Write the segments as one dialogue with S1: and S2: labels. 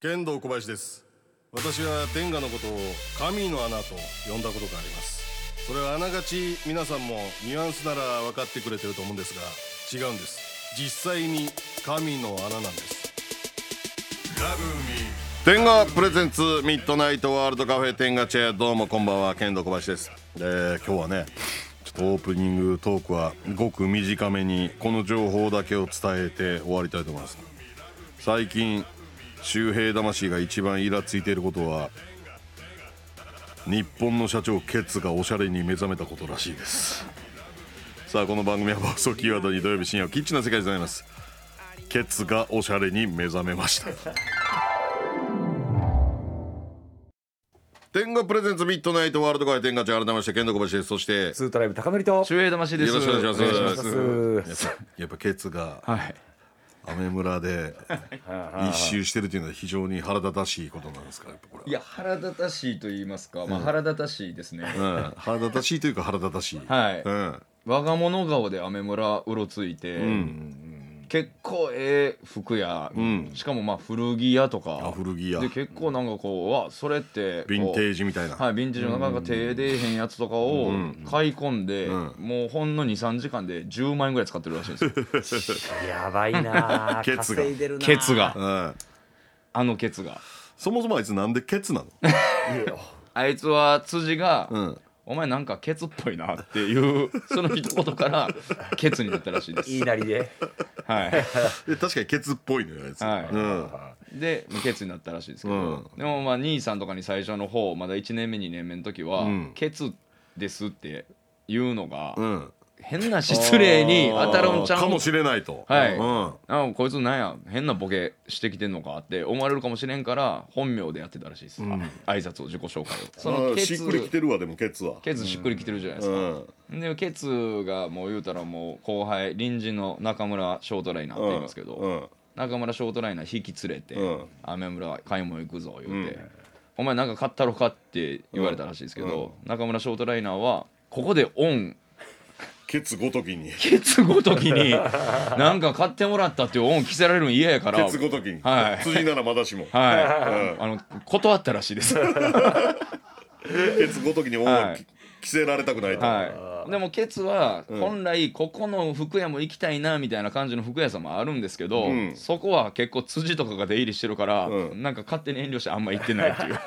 S1: 剣道小林です私は天下のことを神の穴と呼んだことがありますそれはあながち皆さんもニュアンスなら分かってくれてると思うんですが違うんです実際に神の穴なんです天下プレゼンツミッドナイトワールドカフェ天下チェアどうもこんばんは剣道小林です、えー今日はねちょっとオープニングトークはごく短めにこの情報だけを伝えて終わりたいと思います最近周平魂が一番イラついていることは日本の社長ケツがおしゃれに目覚めたことらしいですさあこの番組は放送キーワードに土曜日深夜をキッチンな世界でございますケツがおしゃれに目覚めました天狗プレゼンツミッドナイトワールドカイ天狗ちゃん改めまして剣道小林ですそして
S2: ツートライブ高典と。
S3: 周平魂です。
S1: よろしくお願いします
S3: お願いし
S1: や
S2: は
S1: っぱやっぱケツが
S3: ますはい。
S1: アメ村で一周してるというのは非常に腹立たしいことなんですからやっぱこれはい
S3: や腹立たしいと言いますか、まあ腹立たしいですね。
S1: うん腹立たしいというか腹立たしい。
S3: はい
S1: うん。
S3: 我が物顔でアメ村うろついて、結構ええ服や、しかもまあ古着屋と
S1: あ
S3: か、
S1: 古着屋。
S3: で
S1: ヴ
S3: 結構なんかこうわそれってこう
S1: ィンテージみたいな。
S3: はい、ヴィンテージのなかなか手出えへんやつとかを買い込んで、もうほんの23時間で10万円ぐらい使ってるらしいんですよ
S2: いやばいなあ。
S1: ケツが
S2: 稼いでるなあ。
S3: ケツが
S1: うん。
S3: あのケツが
S1: そもそもあいつなんでケツなの？
S3: あいつは辻が、
S1: ん
S3: お前なんかケツっぽいなって いうその一言からケツになったらしいです
S2: いいなりで。
S3: はい
S1: え確かにケツっぽいのよあいつ。
S3: はい
S1: うん。
S3: で無血になったらしいですけど、
S1: うん
S3: でもまあ兄さんとかに最初の方まだ1年目2年目の時は「
S1: うん
S3: ケツです」って言うのが、
S1: うん。
S3: 変な失礼に当たるんちゃう
S1: かもしれないと。
S3: はい
S1: うん。
S3: あこいつなんや変なボケしてきてんのかって思われるかもしれんから本名でやってたらしいです、挨拶を自己紹介をその
S1: あ
S3: ケ
S1: しっくりきて
S3: ツ
S1: るわでもケツは。
S3: ケツしっくりきてるじゃないです
S1: う
S3: か、
S1: ん。
S3: でケツがもう言うたらもう後輩隣人の中村ショートライナーって言いますけど、
S1: うん。
S3: 中村ショートライナー引き連れて
S1: うん
S3: 「雨村買い物行くぞ」言うて、お前なんか買ったろか?」って言われたらしいですけど、中村ショートライナーはここでオン
S1: ケツごときに。
S3: ケツごときになんか買ってもらったっていうオン着せられるの嫌やから
S1: ケツごときに。
S3: はい
S1: 辻ならまだしも。
S3: はい、あの断ったらしいですは
S1: ケツごときに恩を
S3: はい
S1: き着せられたくないと。
S3: いでもケツは本来ここの服屋も行きたいなみたいな感じの服屋さんもあるんですけど、
S1: ん
S3: そこは結構辻とかが出入りしてるから、
S1: うん
S3: なんか勝手に遠慮してあんま行ってないって いう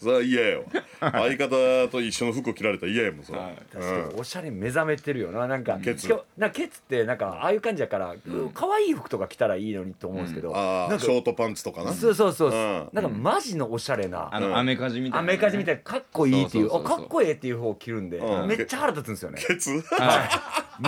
S1: それは嫌よ。相方と一緒の服を着られたら嫌やもんそれ。
S3: はいう
S2: 確か
S1: ん。
S2: におしゃれ目覚めてるよななんか
S1: ケツ
S2: しかもなんかケツってなんかああいう感じだから可愛い服とか着たらいいのにと思うんですけど
S1: あ
S2: な
S1: あ
S2: んか
S1: ショートパンツとかな。
S2: そうそうそう
S1: うん
S2: なんかマジのおしゃれな
S3: あの、
S1: うん
S3: アメカジみたい
S2: ア
S3: な、
S2: メリカ人みたいなかっこいいっていう
S3: そ
S2: あ
S3: うそうそ
S2: か
S3: うそう
S2: っこええっていう方を着るんで
S1: うん
S2: めっちゃ腹立つんですよね
S1: ケツ。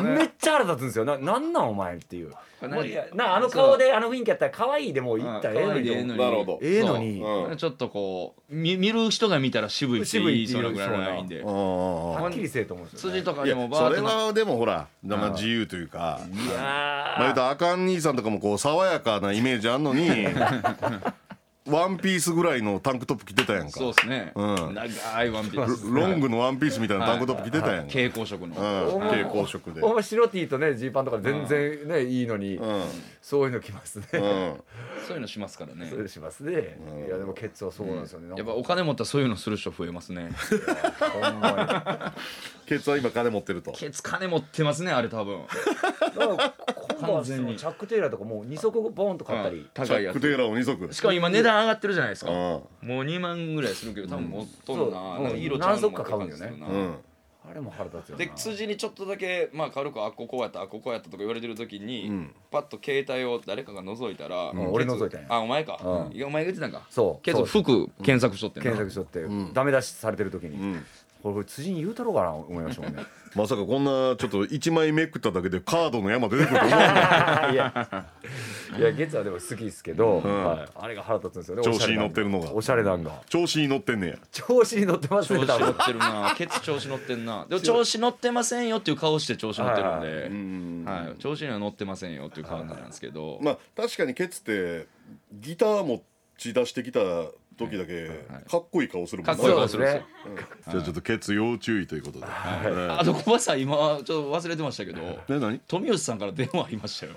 S2: めっちゃ腹立つんですよななんなんお前っていう
S3: れ
S2: もういや
S3: 何
S2: なあの顔であの雰囲気やったら可愛いでもういったらええのにと思う
S1: なるほど
S2: ええの
S1: う
S2: に
S1: ん
S3: そうちょっとこう見見る人が見たら渋いって
S2: 渋
S3: 言
S2: い
S3: い
S2: って
S3: そ
S2: いう
S3: うなぐらいのラインで
S1: あ
S2: はっきりせえと思うんですよね
S3: 辻とか
S1: い
S3: で
S1: や
S3: もバ
S1: そ
S3: ーッ
S1: れ
S3: とな
S1: はでもほら、まあ、自由というか、
S2: いや
S1: まあ、
S2: ー
S1: 言うとあかん兄さんとかもこう爽やかなイメージあんのに ワンピースぐらいのタンクトップ着てたやんか
S3: そうですね、
S1: うん
S3: 長いワンピース
S1: ロロングのワンピースみたいなタンクトップ着てたやんか、
S3: 蛍光色の、
S1: うん、蛍光色で、
S2: お前白 T とねジーパンとかで全然ねいいのにそういうの着ますね
S1: うん、
S3: そういうのしますからね
S2: そうしますねいやでもケツはそうなんですよね
S3: やっぱお金持ったらそういうのする人増えますね
S2: ほんま
S1: ケツは今金持ってると
S3: ケツ金持ってますねあれ多分
S2: にだから今度はそのチャック・テイラーとかもう2足ボーンと買った
S3: う
S2: り
S3: ん
S1: チ
S3: 高い
S1: ャッ
S3: や
S1: ク・
S3: つ
S1: テイラーを2足
S3: しかも今値段上がってるじゃないですか
S1: うん
S3: もう2万ぐらいするけど多分持っとるな,、
S2: うん
S3: なんか色ちゃうの
S2: 何足か買うんよね
S3: 持ってたりするな
S1: うん
S2: あれも腹立つよ
S3: で
S2: ね
S3: 辻にちょっとだけ、まあ、軽くあっここうやったあっここうやったとか言われてる時に、パッと携帯を誰かが覗いたら、ケツ
S2: 俺覗いたんや
S3: あお前か、
S2: うん
S3: いやお前が言ってたんか
S2: そう
S3: けど
S2: そう
S3: 服検索しとってんな
S2: 検索しとってダメ出しされてる時にこれこれ辻に言うたろうかな思いましたもんね
S1: まさかこんなちょっと1枚めくっただけでカードの山出てくると思 う
S2: いやいやゲツはでも好きですけどはいあれが腹立つんですよね
S1: 調子に乗ってるのが
S2: おしゃれなんが
S1: 調子に乗ってんねや
S2: 調子に乗ってますね
S3: 調
S2: 多
S3: 子乗
S2: 分
S3: ってるなケツ調子乗ってん なでも調子乗ってませんよっていう顔して調子乗ってるんで、はい調子には乗ってませんよっていう感じなんですけど、
S1: まあ確かにケツってギター持ち出してきた時だけかっこいい顔するもん
S3: かっこいい
S2: そう
S3: 顔
S2: ですす
S3: るんです
S2: ね
S3: よ
S1: じゃあちょっとケツ要注意ということで。
S3: あと小林さん今ちょっと忘れてましたけど
S1: ね何？
S3: 富吉さんから電話ありましたよ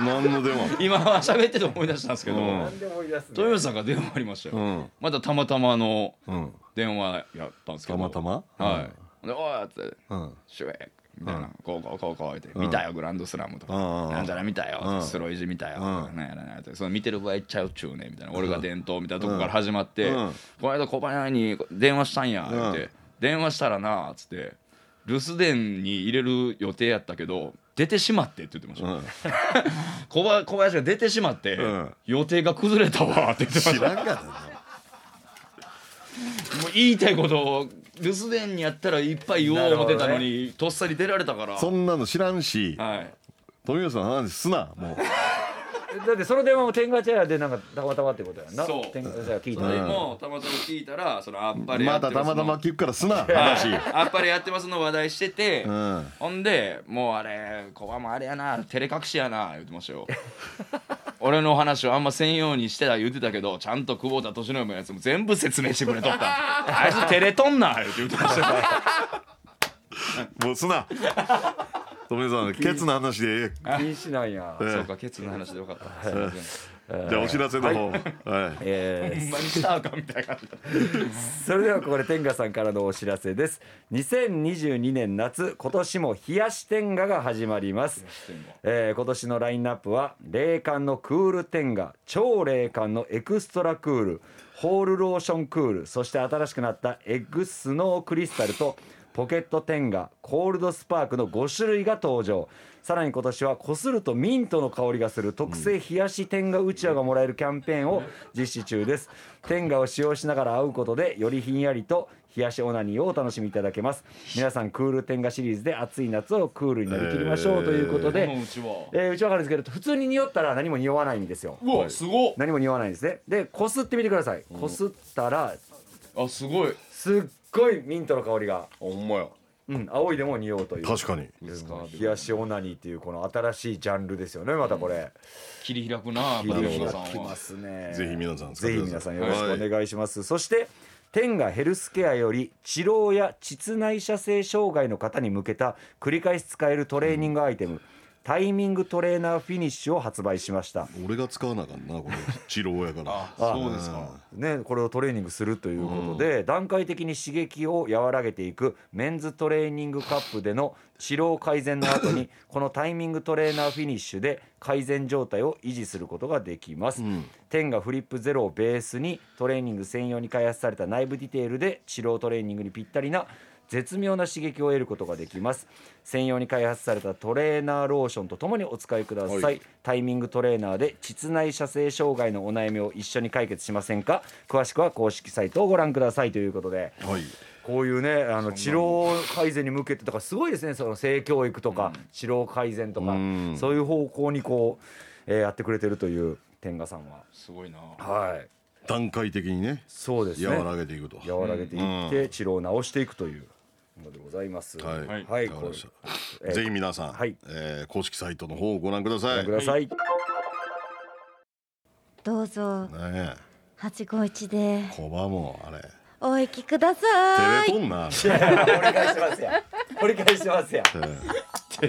S1: 何の電話
S3: 今は喋ってて思い出したんですけど、
S1: うん
S2: 何でも思い出すね
S3: 豊田さんから電話ありましたよ、
S1: うん
S3: またたまたまの
S1: うん
S3: 電話やったんですけ
S1: た
S3: ど
S1: またま
S3: はいで「おい!」っつって
S1: うん
S3: 「シュエみたいな「こうこうこうこう」って「見たよグランドスラム」とか
S1: うん
S3: 「なんじゃら見たよ」
S1: うん
S3: スロイジ見たよ」
S1: ん
S3: なんやらなんやらってその見てる場合ちゃうっちゅうね」みたいな「俺が伝統」みたいなとこから始まって
S1: うん
S3: 「この間小林に電話したんや」っ
S1: うん
S3: て「電話したらな」っつって「留守電に入れる予定やったけど出てしまって」って言ってまし
S1: う
S3: た
S1: ん
S3: 小林小林が出てしまって
S1: うん
S3: 予定が崩れたわって言ってました
S1: 知らんかったな
S3: もう言いたいことを留守電にやったらいっぱい言おう思ってたのに、とっさに出られたから
S1: そんなの知らんし
S3: はい
S1: 富吉さんの話すなもう
S2: だってその電話も天下茶屋でなんかたまたまってことやんな
S3: そう
S2: 天下茶屋聞い
S3: そ
S2: たね
S3: れもたまたま聞いたらそのあっぱれや
S1: ま
S3: って
S1: た
S3: す
S1: た
S3: の
S1: またま聞くからすな
S3: はい
S1: 話
S3: あっぱれやってますの話題してて、
S1: うん
S3: ほんでもうあれ小バもあれやな照れ隠しやな言ってましたよ 俺の話をあんませんようにしてた言ってたけどちゃんと久保田利伸のやつも全部説明してくれとった あいつ照れとんな言ってましたよ
S1: もうすな富吉さんケツの話でえ
S2: 禁止なんや
S1: え
S3: そうかケツの話でよかったすいません
S1: じゃあお知らせの方はい
S2: えー
S3: ほんまにしたらあかんみたいな感じ
S2: それではここで天下さんからのお知らせです2022年夏今年も冷やし天下が始まりますえー今年のラインナップは冷感のクール天下超冷感のエクストラクールホールローションクールそして新しくなったエッグスノークリスタルとポケット天下コールドスパークの5種類が登場さらに今年はこするとミントの香りがする特製冷やし天下うちわがもらえるキャンペーンを実施中です天下を使用しながら会うことでよりひんやりと冷やしオナニーをお楽しみいただけます皆さんクール天下シリーズで暑い夏をクールに乗り切りましょうということで、
S3: このうちは
S2: えー、うちわかるんですけど普通に匂ったら何も匂わないんですよ
S3: うわすごっ
S2: 何も匂わないんですねでこすってみてくださいこすったら
S3: あすごい
S2: すっごいミントの香りが、
S3: ほんまや
S2: うん、青いでも匂うという
S1: 確かに
S2: 冷やしオナニーっていうこの新しいジャンルですよねまたこれ、
S3: 切り開くな
S2: 切り
S3: やっぱ
S2: 開
S3: 田中
S2: き
S3: さんは
S2: ますね
S1: ぜひ皆さん使っ
S2: ぜ
S1: て
S2: ひ
S1: ください
S2: 皆さんよろしくお願いします、そして天がヘルスケアより治療や膣内射精障害の方に向けた繰り返し使えるトレーニングアイテム、タイミングトレーナーフィニッシュを発売しました
S1: 俺が使わなあかんなこれ治療やから
S3: あそうですか
S2: ね、これをトレーニングするということで、段階的に刺激を和らげていくメンズトレーニングカップでの治療改善の後にこのタイミングトレーナーフィニッシュで改善状態を維持することができます、天がフリップゼロをベースにトレーニング専用に開発された内部ディテールで治療トレーニングにぴったりな絶妙な刺激を得ることができます専用に開発されたトレーナーローションとともにお使いください、
S1: はい
S2: タイミングトレーナーで膣内射精障害のお悩みを一緒に解決しませんか詳しくは公式サイトをご覧くださいということで
S1: はい
S2: こういうねあの治療改善に向けてとからすごいですねその性教育とか、治療改善とか、
S1: うん
S2: そういう方向にこう、えーやってくれてるという天下さんは。
S3: すごいな
S2: はい
S1: 段階的にね
S2: そうですね
S1: 和らげていくと
S2: 和らげていって、治療を治していくというのでございます。
S1: はい
S2: はい、
S1: わか
S2: こ
S1: り
S2: う
S1: ましたぜひ皆さん、
S2: はい
S1: えー公式サイトの方をご覧ください
S2: ご覧くだ さい。
S4: どうぞ
S1: ね
S4: 八五一で
S1: えコバもあれ
S4: お行きくださ
S1: テ
S4: い
S1: レ。とんなあれ
S2: 折り返しますやん。折り返しますやん。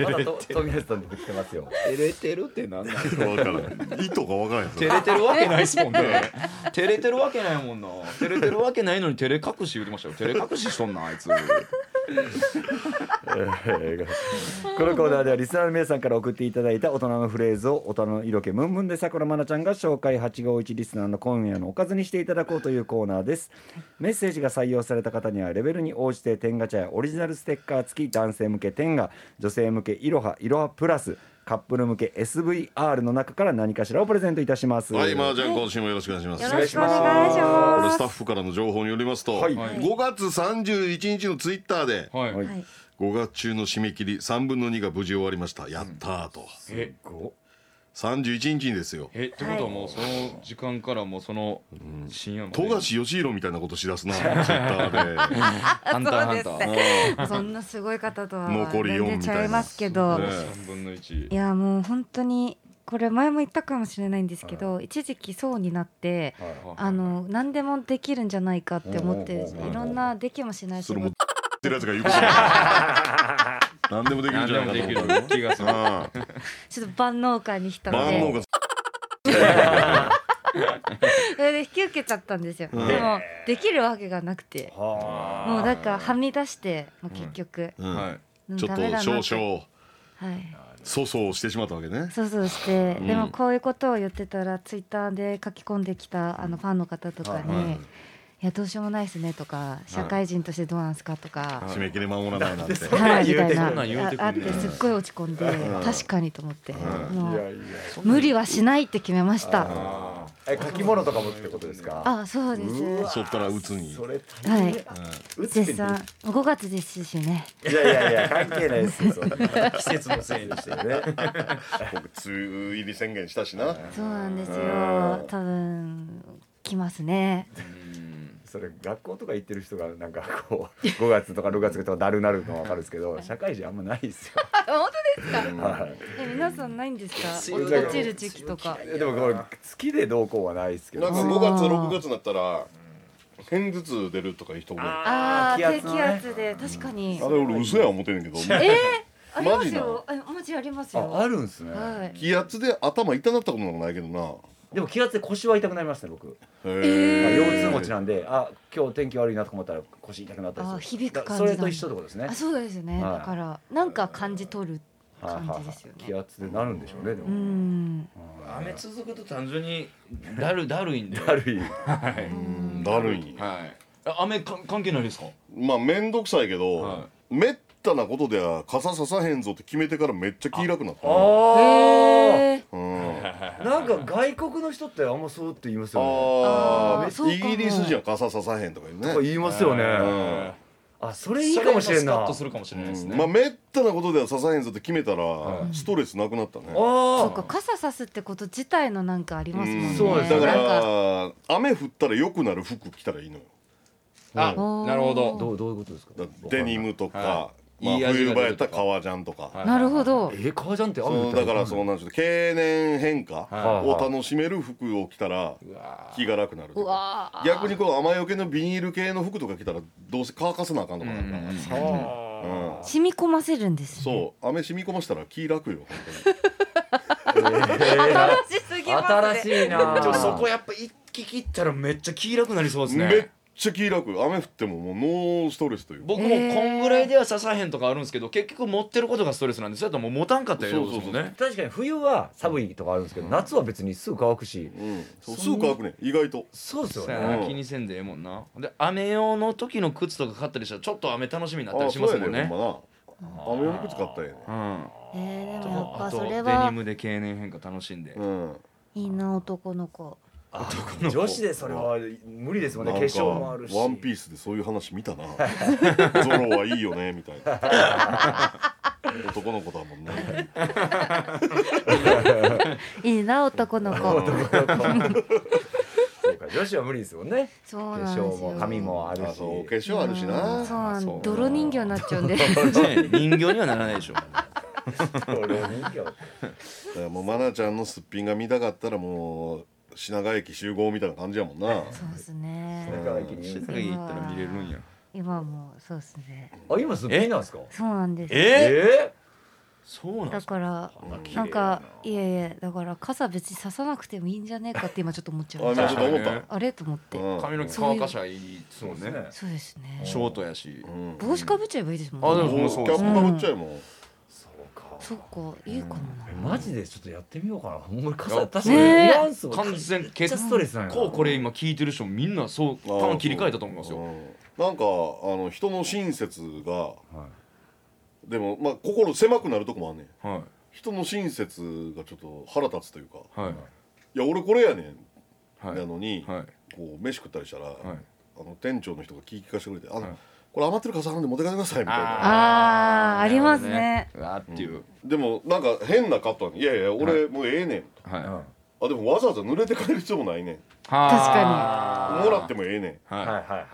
S2: まだと富安さん出てきてます よ。
S3: 照れてるってなんなの
S1: 分からん意図が分からん
S3: 照れてるわけないっすもんね 照れてるわけないもんな照れてるわけないのに照れ隠し言ってましたよ照れ隠ししとんなあいつ
S2: このコーナーではリスナーの皆さんから送っていただいた大人のフレーズを大人の色気ムンムンでさくらまなちゃんが紹介851リスナーの今夜のおかずにしていただこうというコーナーですメッセージが採用された方にはレベルに応じて天ガチャやオリジナルステッカー付き男性向け天ガ女性向けいろはいろはプラスカップル向け SVR の中から何かしらをプレゼントいたします
S1: はい、麻雀今週もよろしくお願いします。
S4: よ
S1: こ
S4: ろしくお願いし
S1: れ
S4: ま
S1: ス
S4: す。
S1: タッフからの情報によりますと、
S2: はい
S1: 5月31日のツイッターで、
S3: はい、
S2: はい
S4: はい。
S1: 5月中の締め切り3分の2が無事終わりました。やったーと。
S3: え
S2: ご
S1: 31日にですよ。
S3: えってことはもうその時間からもうその深夜まで
S1: 富樫義弘みたいなことしだすな、ツイッターで。
S3: ハンターハンター
S4: そう
S1: う
S4: で
S1: ん
S4: すね。そんなすごい方 とは
S1: 残り四
S4: 全然
S1: みたいな
S4: ちゃいますけど
S1: ね、
S3: 3分の1
S4: いやもう本当にこれ前も言ったかもしれないんですけど、一時期そうになって。あの何でもできるんじゃないかって思って
S2: うんうんうんうん
S4: いろんなできもしない仕
S1: それも
S4: 事
S1: ってるやつが言うこと何でもできるん
S3: 何
S1: じ
S3: で
S1: ゃない
S3: もで
S1: か
S3: き
S1: と
S3: る
S1: 思って
S3: 気がす
S1: う
S3: る
S1: ん
S4: ちょっと万能感に浸っ
S1: 万能
S4: て
S1: が
S4: それで引き受けちゃったんですよ、
S1: うん
S4: でもできるわけがなくて
S2: は
S4: もうなんかはみ出してもう結局、
S1: うん
S3: はい
S4: うん
S1: ちょっ
S4: ダメだな
S1: と
S4: って
S1: 少々
S4: はい
S1: 粗相をしてしまったわけね
S4: そうそうして、
S1: うん
S4: でもこういうことを言ってたらツイッターで書き込んできたあのファンの方とかに「
S1: はい
S4: いやどうしようもないですね」とか「社会人としてどうなんですか?」とか。
S1: 締め切り守らないなんて
S2: そん
S4: は
S2: なん
S4: い、み
S2: 言う
S4: た
S2: て
S4: い
S2: くる
S4: な
S3: そんなん言うてくる
S4: ああってすっごい落ち込んで確かにと思って
S2: あ
S4: も
S2: いや
S4: う
S2: いや
S4: 無理はしないって決めました
S2: あーえ書き物とかもってことですか
S4: あそうです
S2: うわ
S1: そったら鬱に
S2: それ
S4: はい
S2: 打つって
S4: 絶賛5月ですしね
S2: いやいやいや関係ないですよそんな
S5: 季節のせいにしてね
S2: ね
S1: 僕梅雨入り宣言したしな
S4: そうなんですよ多分来ますね
S2: それ学校とか行ってる人がなんかこう5月とか6月とかだるなるのはわかるんですけど社会人あんまないですよ
S4: あ本当ですか
S2: はい
S4: え皆さんないんですか
S2: 強い
S4: 落ちる時期とか
S2: いやでもこれ好きでどうこうはないですけ
S1: なん
S2: ど
S1: か5
S4: う
S1: 月6月になったら片頭痛出るとかいう人もいるあ
S4: ああ
S2: ー
S4: 低
S2: の
S4: 気
S2: ね
S4: 圧で確かに
S1: れ俺嘘や思ってんねんけど
S4: えー、ありま
S1: マジ
S4: す
S1: な
S4: よえ文字あります
S2: ああ
S4: よ
S2: るんですね、
S4: はい
S1: 気圧で頭痛なったことなんかないけどな
S2: でも気圧で腰は痛くなりましたね僕、
S1: へ
S2: まあ
S1: ー
S2: 腰痛持ちなんであ今日天気悪いなとか思ったら腰痛くなったりする
S4: あ響く感じだ
S2: それと一緒ってことですね
S4: あそうですね、
S2: はい
S4: だからなんか感じ取る
S2: はいはい
S4: 感
S2: はい
S4: じですよね、
S2: 気圧でなるんでしょうねでも、
S4: うん
S3: 雨続くと単純にだるだるいんで
S2: だるい
S1: うんだるいんや
S3: はいあ雨か関係ないですか
S1: まあ面倒くさいけ
S3: は
S1: どめったなことでは傘ささへんぞって決めてからめっちゃ気楽になったな
S2: あ
S4: へー
S1: うん
S2: あなんか外国の人ってあんまそうって言いますよね
S1: あ
S4: あー
S1: あ
S4: そうかも
S1: イギリス人は傘ささへんとか言うね
S2: とか言いますよね、
S1: ん
S2: あそれいいかもしれんな
S3: そがスカッ
S2: あ
S3: とするかもしれないです
S1: うん
S3: ね
S1: まあめったなことではささへんぞって決めたらストレスなくなったね
S2: あ
S4: そうか傘さすってこと自体のなんかありますもんね、
S1: うん
S2: そうです
S1: だか
S4: なんから
S1: 雨降ったら良くなる服着たらいいのよ
S3: あなるほど
S2: どうどういうことですか
S1: だデニムとか
S3: は、い
S1: まあ、
S3: いい味
S1: 冬
S3: が出るとか
S1: 場やったら革ジャンとか、
S3: はい
S4: なるほど
S2: え革ジャンってあ
S1: その
S2: る
S1: だからそのなんていうの経年変化
S2: はい
S1: を楽しめる服を着たら気が楽になると
S4: う
S1: か
S4: わー
S1: 逆にこう雨よけのビニール系の服とか着たらどうせ乾かさなあかんとかなんか
S2: あ
S1: うん
S4: 染み込ませるんですね
S1: そう雨染み込ましたら気楽よ本
S4: 新しすぎますね
S2: 新しいな
S3: ちょそこやっぱ一気切ったらめっちゃ気楽になりそう
S1: 当
S3: です
S1: にめっ
S3: ね
S1: ちゃ気楽雨降ってももうノーストレスというか
S3: 僕もこんぐらいでは刺さへんとかあるんですけど結局持ってることがストレスなんですよだともう持たんかったらええことですもんね
S2: 確かに冬は寒いとかあるんですけど夏は別にすぐ乾くし
S1: うん、そうすぐ乾くね意外と
S2: そうですよ
S3: そう
S2: ね
S3: や
S1: う
S3: なん気にせんでええもんなで雨用の時の靴とか買ったりしたらちょっと雨楽しみになったりしますもん
S1: あ
S3: ね
S1: そうやねほんまな雨より靴買ったらえ
S3: うん
S4: えー、でもやっ
S3: あ
S4: ぱ
S3: と
S4: そ
S3: デ
S4: れ
S3: ニ
S4: は
S3: ムで経年変化楽しんで
S1: えねうん
S4: いいな男の子
S2: あ女子でそれは無理ですもんね
S1: な
S2: 化
S1: んか
S2: 粧もあるし
S1: ワンピースでそういう話見た なゾロはいいよねみたいな男の子だもんね
S4: いいな男の子
S2: そうか女子は無理ですもんね
S4: そ
S2: 化
S4: うなんですよ
S2: 粧も髪もある
S1: あ
S2: し
S1: そうお化粧あるし
S4: うん
S1: な
S4: そうなん
S3: そう
S4: 泥人形になっちゃうんで
S3: ね人形にはならないでしょ
S2: これ人形
S1: だからもうマナちゃんのすっぴんが見たかったらもう品川駅集合みたいな感じやもん な
S4: そうですね
S2: だから気に
S3: 静かに行ったら見れるんや
S4: 今はもうそうですね
S2: あ今すっぴんなんですか
S4: そうなんです
S3: え
S2: え
S3: そうなんで
S4: だ
S3: すか
S4: からなんかいやいやだから傘別にささなくてもいいんじゃねえかって今ちょっと思っちゃいまし
S1: あ今ちょ
S4: た
S1: っと思った
S3: ね
S4: あれと思って
S1: うん
S3: 髪の毛乾かしゃいいですもんね
S2: ね
S4: そうですね
S3: ショートやし
S1: うん
S4: 帽子かぶっちゃえばいいです
S3: あ
S4: もん
S3: で
S4: ね
S3: も
S1: もう
S3: そう
S1: キ
S3: で
S1: ャ
S3: す
S1: ップかぶっちゃえもん
S2: そうか
S4: そっかいいかもな
S2: マジでちょっとやってみようかなほんまに
S3: い
S2: 傘
S3: や
S2: 確かにいらんすもん
S3: 完全
S2: めっちゃストレスなんやな
S3: こうこれ今聞いてる人みんなそう
S1: あー
S3: 多分切り替えたと思いますよ
S1: うんなんかあの人の親切が、でもまあ心狭くなるとこもあんねん
S3: は
S1: 人の親切がちょっと腹立つというか
S3: いはい
S1: いや俺これやねん
S3: はい
S1: なのに、
S3: はい
S1: こう飯食ったりしたら、
S3: はい
S1: あの店長の人が聞き聞かせてくれて「あの、
S3: はい
S1: これ余ってる傘なんで持って帰ってください」みたいな
S4: あーありますね
S3: あっていう
S1: でもなんか変なカットはねいやいや俺もうええねん」と
S3: はい
S2: うん
S3: は
S1: あでもわざわざ濡れて帰る必要もないねん
S3: あ
S1: もらってもええねん
S2: はいはい
S3: は
S2: はいはい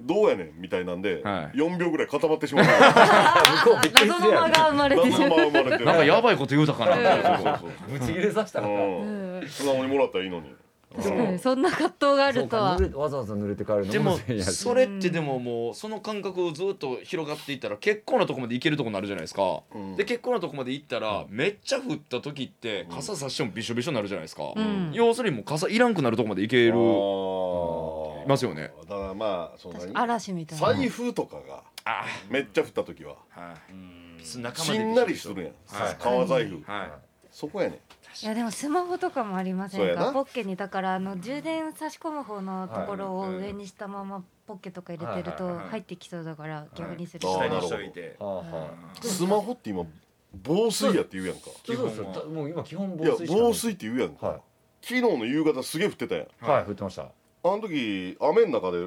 S1: どうやねん」みたいなんで、
S3: はい
S1: 4秒ぐらい固まってし まう謎
S2: 向こうびっくり
S4: 謎
S2: す
S4: の
S2: るや
S4: 間
S2: ん
S4: が生まれ てしま
S1: の
S4: う
S1: ま生まれて
S3: い
S1: る
S3: なんかやばいこと言うたかなみたいなそうそうそう
S2: ぶち切れさせたら
S1: うん素直にもらったらいいのに
S4: 確かにそんな葛藤があるとは
S2: そうか濡れわざわざ濡れて帰る
S3: で
S2: の
S3: も
S2: もせいやし
S3: それってでももうその感覚をずっと広がっていったら結構なとこまで行けるとこになるじゃないですか、
S1: うん
S3: で結構なとこまで行ったらめっちゃ降った時って傘差してもびしょびしょになるじゃないですか、
S4: うん
S3: 要するにもう傘いらんくなるとこまで行けるいますよね
S1: だからまあその
S4: 確かに嵐みたいな
S1: 財布とかが
S3: あ
S1: めっちゃ降った時は
S3: はい仲間
S1: し
S3: で
S1: んなりするやん
S3: はい
S1: 革財布
S3: はい
S1: そこやね
S4: いやでもスマホとかもありませ
S1: そうんやな
S4: かポッケにだからあの充電差し込む方のところを上にしたままポッケとか入れてる
S2: はい
S4: と
S3: はいはい
S4: 入ってきそうだから逆にする
S1: あー
S3: 下
S1: なる
S3: に
S1: ほ
S3: し
S1: ど
S3: といて
S2: はあはあ
S1: スマホって今防水やって言うやんか
S2: そうそうそう
S3: 基本は
S2: たもう今基本
S1: いや
S2: 防水しかない
S1: 防水って言うやん
S2: はい
S1: か昨日の夕方すげえ降ってたやん
S2: はい降ってましたはい
S1: あの時雨の中で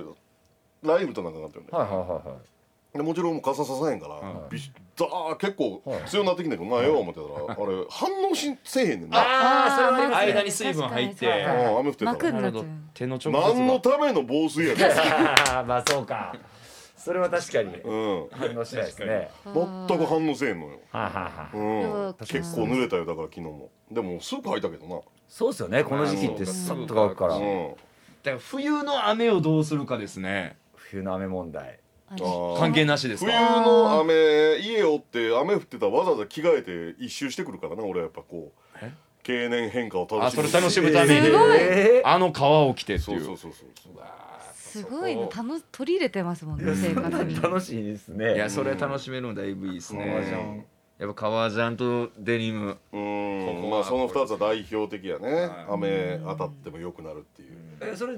S1: ライブとなんかなったよね
S2: はいはいはい
S1: でもちろんもう傘ささへんから、
S3: は
S1: びしザー結構
S2: はい
S1: 強になってきてんけど、なえよう思ってたら、あれ反応しせえへんねんな。
S3: ああそれはありますね
S4: ー
S3: 間に水分入って
S4: 確かに
S1: あー雨降ってた
S4: 膜になっちゃう
S3: 手の直接が
S1: 何のための防水やねん。
S2: あーまあそうかそれは確かに
S1: うん。
S2: 反応しないですね
S1: 全く反応せえへんのよ。
S2: はいはいはい
S1: うん
S4: よ。く
S1: 結構濡れたよだから昨日も。でもスープ履いたけどな。
S2: そうですよねこの時期ってさっと乾くか
S1: う
S2: ら
S1: ん。
S3: だから冬の雨をどうするかですね
S2: 冬の雨問題
S4: あれ
S1: あー
S3: 関係なしです
S1: 冬
S3: か
S1: の雨家おって雨降ってたらわざわざ着替えて一周してくるからな俺はやっぱこう
S3: え
S1: 経年変化を楽
S3: あ
S1: し
S3: そ
S1: む
S3: れ楽しむために
S2: すごいえー
S3: あの川を着てって
S1: そ
S3: いう
S1: そううそうそう
S4: すごいの楽取り入れてますもんね生活 に
S2: 楽しいですね
S3: いやそれ楽しめるのだいぶいいです
S1: 革ジャ
S3: ね
S1: ン
S3: やっぱ革ジャンとデニム
S1: うん
S3: ここは
S1: まあその2つは代表的やね
S3: はい
S1: 雨当たっても良くなるっていう
S2: えそれ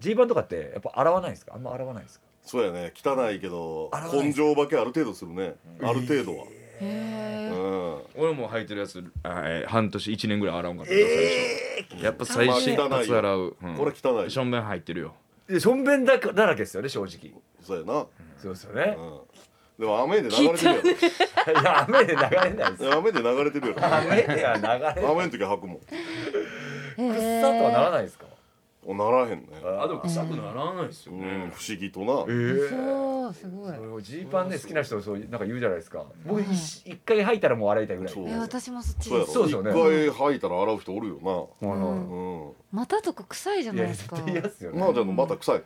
S2: G 版とかってやっぱ洗わないんですかあんま洗わないんですか
S1: そうやね汚いけど
S2: 洗わない
S1: 根性化けある程度するねある程度は
S4: へー
S1: うん
S3: 俺も履いてるやつはい半年1年ぐらい洗わんかったから最初やっぱ最新
S1: 汚いよ
S3: 初洗ううん
S1: これ汚い
S3: しょんべん入ってるよ
S2: いやしょんべんだらだらけですよね正直
S1: そうやな
S2: そうですよね
S1: うんでも雨で流れてる
S2: いや雨で流れないです
S1: やろ雨で流れてるやろ
S2: 雨では流れない
S1: 雨の時は履くもん
S4: へ
S2: くっ
S4: ー
S2: さとはならないですか
S1: おならへんね
S2: あ
S3: 臭くならないです
S1: うん不思議とな
S2: えー
S4: そうすごい
S2: そうジーパンで好きな人そうなんか言うじゃないですか僕一一回履いたらもう洗いたいぐらい
S1: そう
S4: え私もそっち
S1: そう
S4: で
S1: や
S4: す
S2: そう
S1: ろ
S2: で
S1: 一
S2: すよね
S1: 回吐いたら洗う人おるよ
S2: はいは
S1: なう
S4: 股とか臭いじゃ
S2: いい
S4: ない
S2: や
S4: ですか
S2: 絶対嫌っすよ
S1: んまあ
S2: ね
S1: じゃあまた臭い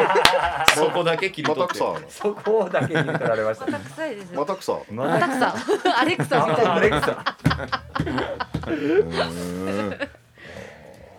S3: そこだけ切り
S1: ま
S3: 取
S1: た
S3: って
S1: 臭いな
S2: そこだけに取られました
S4: 股臭いですよ
S1: また臭い
S2: ま
S4: 股臭アレクサみたいな
S2: アレクサ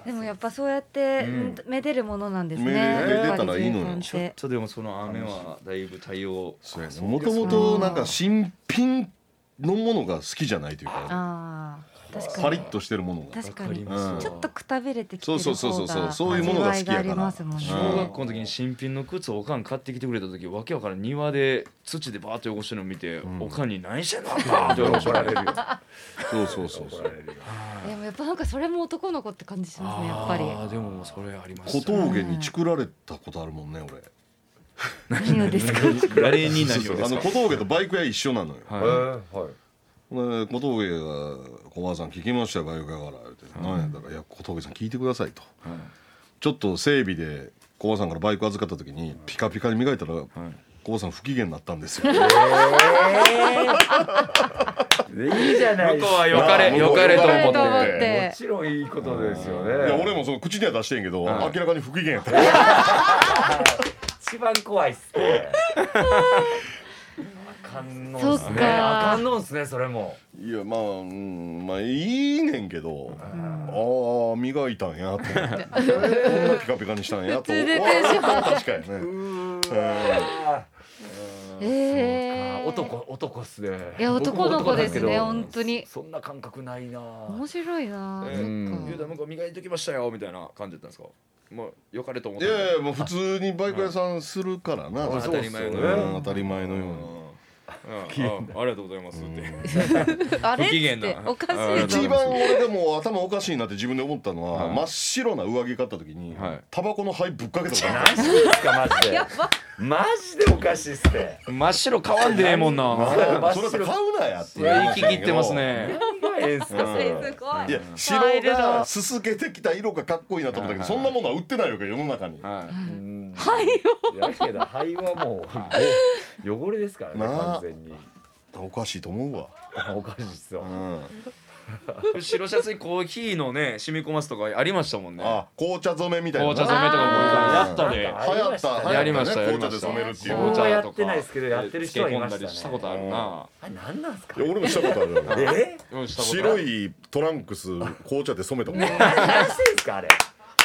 S4: でもやっぱそうやって、めでるものなんですね。
S1: めで
S4: やっぱり
S1: めでたらいいのよ
S4: 循環っ
S3: ちょってとでもその雨はだいぶ対応
S1: もともとなんか新品のものが好きじゃないというか
S4: ああ、確かに。
S1: パリッとしてるものが
S4: 確か
S3: わか
S4: に
S3: ります
S1: うん
S4: ちょっとくたびれてきてる方が
S1: そうそうそうそうそういうものが好きやから
S4: 味わいありますもんね
S3: 小学校の時に新品の靴をおかん買ってきてくれた時わけわからん庭で土でバーッと汚してるの見て、おかんに「何 してんの?」って言われまし
S2: 怒ら
S3: た
S2: れるよ
S1: そうそうそうそ
S2: 怒
S1: う
S2: られるよ
S4: でもやっぱなんかそれも男の子って感じしますねやっぱり。
S3: あーでもそれありま
S1: 小
S3: すね
S1: 峠にチクられたことあるもんね俺
S4: 何 をですか。
S3: 誰に何を
S1: そう
S3: で
S1: あ
S3: す
S1: の
S3: か
S1: 小峠とバイク屋一緒なのよ
S2: え
S3: はい
S2: ーはい
S1: で小峠が「小川さん聞きましたよバイク屋から」言うて「何やったらいや小峠さん聞いてください」とちょっと整備で小川さんからバイク預かった時にピカピカに磨いたら小川さん不機嫌になったんですよ
S2: いいじゃない
S3: 向
S2: です
S3: こう
S2: か
S3: はよかれよかれと思
S4: と
S3: って
S4: 思っ
S3: はい
S2: も
S4: て。
S2: ちろんいいことですよね
S1: いや俺もその口には出してんけど、
S3: はい
S1: 明らかに不機嫌やった
S2: 一番怖いっすねあかんのんすね
S4: そっか
S2: あかんのんすねそれも
S1: いやまあ、うん、まあいいねんけど、ああ磨いたんやと思ってこんなピカピカにしたんやと
S4: 普通でテンション上がる
S1: 確かにね
S4: え
S2: あ
S4: え。
S2: 男。男っすね
S4: いや
S2: 僕も
S4: 男の子ですね
S2: 男だけど
S4: 本当に
S2: そんな感覚ないな
S4: 面白いな。
S3: え
S4: そっ
S3: ー
S4: か
S3: ゆうたなんか磨いてきましたよみたいな感じだったんですかもうよかれと思っ
S1: い
S3: て
S1: やいやもう普通にバイク屋さんするからな、
S3: 当
S1: う
S3: た
S2: そう
S3: り前の
S2: っすよね
S3: よう
S1: 当
S3: ん
S1: たり前のように。
S3: うんああありがとうございますって
S4: あれっ
S3: 不機嫌
S4: て
S3: な
S4: おかし
S3: うん
S4: い
S1: 一
S4: ぞ。
S1: 番俺でも頭おかしいなって自分で思ったのは、
S3: はい
S1: 真っ白な上着買った時に、
S3: はい
S1: タバコの灰ぶっかけたことあ
S2: マジですかマジでマジでおかしいっすね
S3: 真っ白変わんでええもんな
S1: る
S2: 真っ
S1: それだ
S2: 白
S1: って買うなやっていう
S3: 言い
S1: 話
S3: 切
S1: やねんけ
S3: っ
S1: ど
S3: てますね
S2: 何がええん すかそれ
S4: すご
S1: い
S4: い
S1: や。白がすすけてきた色がかっこいいなと思ったけどそんなものは売ってないわけよ世の中に
S3: は
S2: うん
S4: はいよ。
S2: いやけど肺はもう汚れですからね
S1: なあ
S2: 完全に
S1: おかしいと思うわ
S2: おかしいっすよ
S1: うん
S3: 白シャツにコーヒーのね染み込ますとかありましたもんね
S1: あ紅茶染めみたいな
S3: 紅茶染めとかもやった
S2: あー
S3: で
S1: 流行った
S3: やりました
S1: 流
S3: や
S1: 行紅
S3: りま
S1: 茶
S3: した
S1: で染めるっていう
S4: 紅
S2: 茶はやってないですけどやってる人はいましたね
S3: 漬け込んだりしたことあるな
S2: あれ何なんですか
S1: いや俺もしたことあるよ
S2: え
S3: うんしたことあ
S1: 白
S3: る
S1: いトランクス紅茶で染めたもんいや
S2: 何してんすかあれ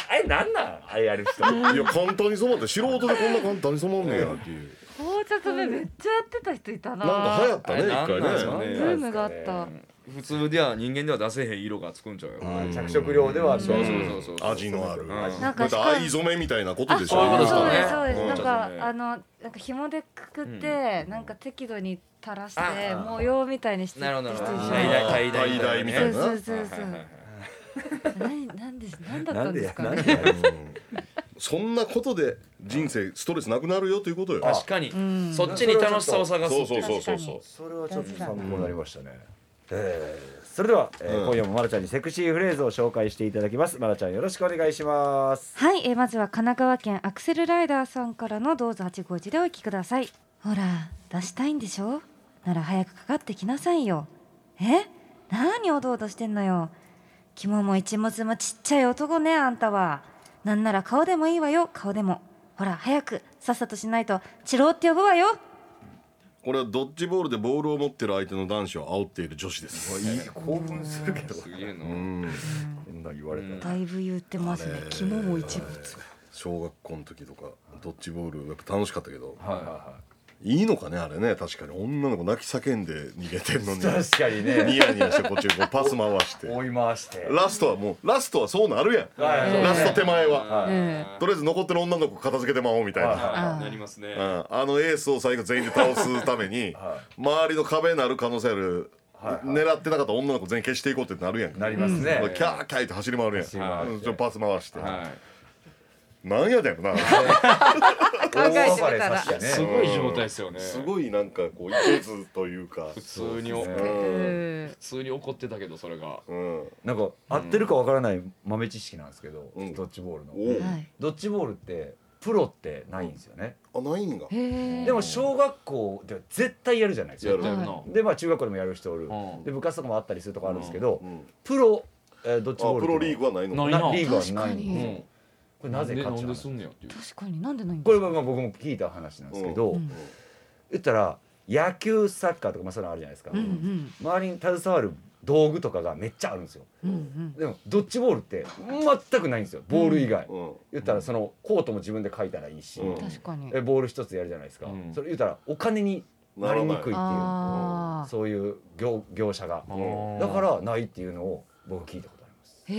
S2: あれ何なんあれやる人
S1: 簡単に染まって素人でこんな簡単に染まんねやっていう
S4: 紅茶詰めめっちゃやってた人いた
S1: な
S4: な
S1: んか流行ったね
S3: あ
S1: 一回
S3: れなんなんす
S1: ね
S3: かね
S4: ブームがあった
S3: 普通では人間では出せへん色がつくんちゃうよ
S1: ん
S2: 着色料ではあるけど
S3: そうそうそうそう
S1: 味のある
S3: ん
S4: なん
S1: だ
S4: か
S1: って
S4: しか
S1: 藍染めみたいなことでしょ
S3: そういうことです
S4: そう
S3: か
S4: で
S3: ね
S4: すそうです、
S3: うんちょ
S4: なん
S3: っと
S4: か、
S3: ね
S4: あのなんか紐でくくって、なんか適度に垂らして
S3: あ
S4: 模様みたいにして
S3: なるほど
S4: 人
S3: な
S4: 一
S3: るほど
S4: 緒
S1: あ
S4: に
S1: ー
S3: 大々
S1: 大々みた
S4: そ
S1: いうな
S4: そうそう
S3: はいはいはい
S4: そう何何です何だった
S2: なん
S4: ん
S2: で
S4: です
S2: や
S4: か
S2: なん
S4: ね
S2: でや
S1: そんなことで人生ストレスなくなるよということよ
S3: 確かに、
S4: ん
S3: そっちに楽しさを探す
S1: そう
S3: って
S1: そ
S3: いうう
S1: そうそうそう
S2: それはちょっと
S4: 大
S2: 参
S4: 事
S2: 考
S4: だ
S2: になりましたね、えーそれでは、えー
S1: うん
S2: 今夜もまるちゃんにセクシーフレーズを紹介していただきますまるちゃんよろしくお願いします
S4: はい、えーまずは神奈川県アクセルライダーさんからのどうぞ8号字でお聞きくださいほら出したいんでしょなら早くかかってきなさいよえ何おどおどしてんのよ肝も一物もちっちゃい男ねあんたはなんなら顔でもいいわよ顔でもほら早くさっさとしないとチローって呼ぶわよ
S1: これはドッジボールでボールを持ってる相手の男子を煽っている女子です
S2: いい興奮するけど
S3: すげえな、
S1: うん
S2: こんな言われたら、
S4: だいぶ言ってますね肝も一物
S1: 小学校の時とかドッジボールやっぱ楽しかったけど
S2: はいはい
S1: いのかねあれね確かに女の子泣き叫んで逃げてんのに
S2: はい確かにね
S1: ニヤニヤしてこっちにこうパス回 して
S2: 追い回して
S1: ラストはもうラストはそうなるやん、
S2: はいはい
S1: ラスト手前は、
S4: え
S1: とりあえず残ってる女の子片付けてまおうみたいな、
S2: は
S3: あ
S4: あー
S3: なりますね、
S1: うんあのエースを最後全員で倒すために、周りの壁になる可能性ある、狙ってなかった女の子全員消していこうってなるやん
S2: なりますね、
S1: キャーキャーって走り回るやん、
S2: 回
S1: うんちょっとパス回して、
S3: は
S1: なんやねんな
S4: 考えてみた
S2: 大暴れさ
S4: ら
S2: せて
S3: い、
S2: ね
S3: すごい状態ですよね
S1: すごいなんかこういけずというか、
S3: 普通にお、
S1: う
S3: 普
S1: ん
S4: うん
S3: 通に怒ってたけどそれが
S1: うん、
S2: なんか合ってるかわからない豆知識なんですけど、
S1: うん
S2: ドッジボールの、
S1: おう
S4: はい
S2: ドッジボールってプロってないんですよね、
S1: あないんが
S4: へえ
S2: でも小学校では絶対やるじゃないです
S1: や
S2: か
S1: る
S3: やるな、
S4: は
S2: でまあ中学校でもやる人おる、
S3: うん
S2: で部活とかもあったりするとこあるんですけど、
S1: うん
S2: プロ、えー、ドッジ
S1: あ
S2: ボール
S1: プロリーグはないの
S3: ない
S2: な
S3: な
S2: リーグはない
S3: う
S4: 確かに
S3: ん、
S2: これなぜかっ
S3: んで
S2: て
S3: なんです
S2: 話
S3: んねやっていう
S4: 確かになんでないん
S2: こ
S4: で
S2: れ
S4: す
S2: は
S4: か
S2: まあ僕も聞いた話なんですけど、
S4: うん
S2: 言ったら野球サッカーとかまあそういうのあるじゃないですか、
S4: うんうん
S2: 周りに携わる道具とかがめっちゃあるんですよ
S4: うんうん
S2: でもドッジボールって全くないんですよボール以外、
S1: うん
S2: 言ったらそのコートも自分で書いたらいいし、
S1: うん
S4: 確かに
S2: えボール一つやるじゃないですか、
S3: うん
S2: それ言ったらお金になりにくいっていう
S4: ああ
S2: そういう業業者が
S3: あー
S2: だからないっていうのを僕聞いたことあります
S4: へ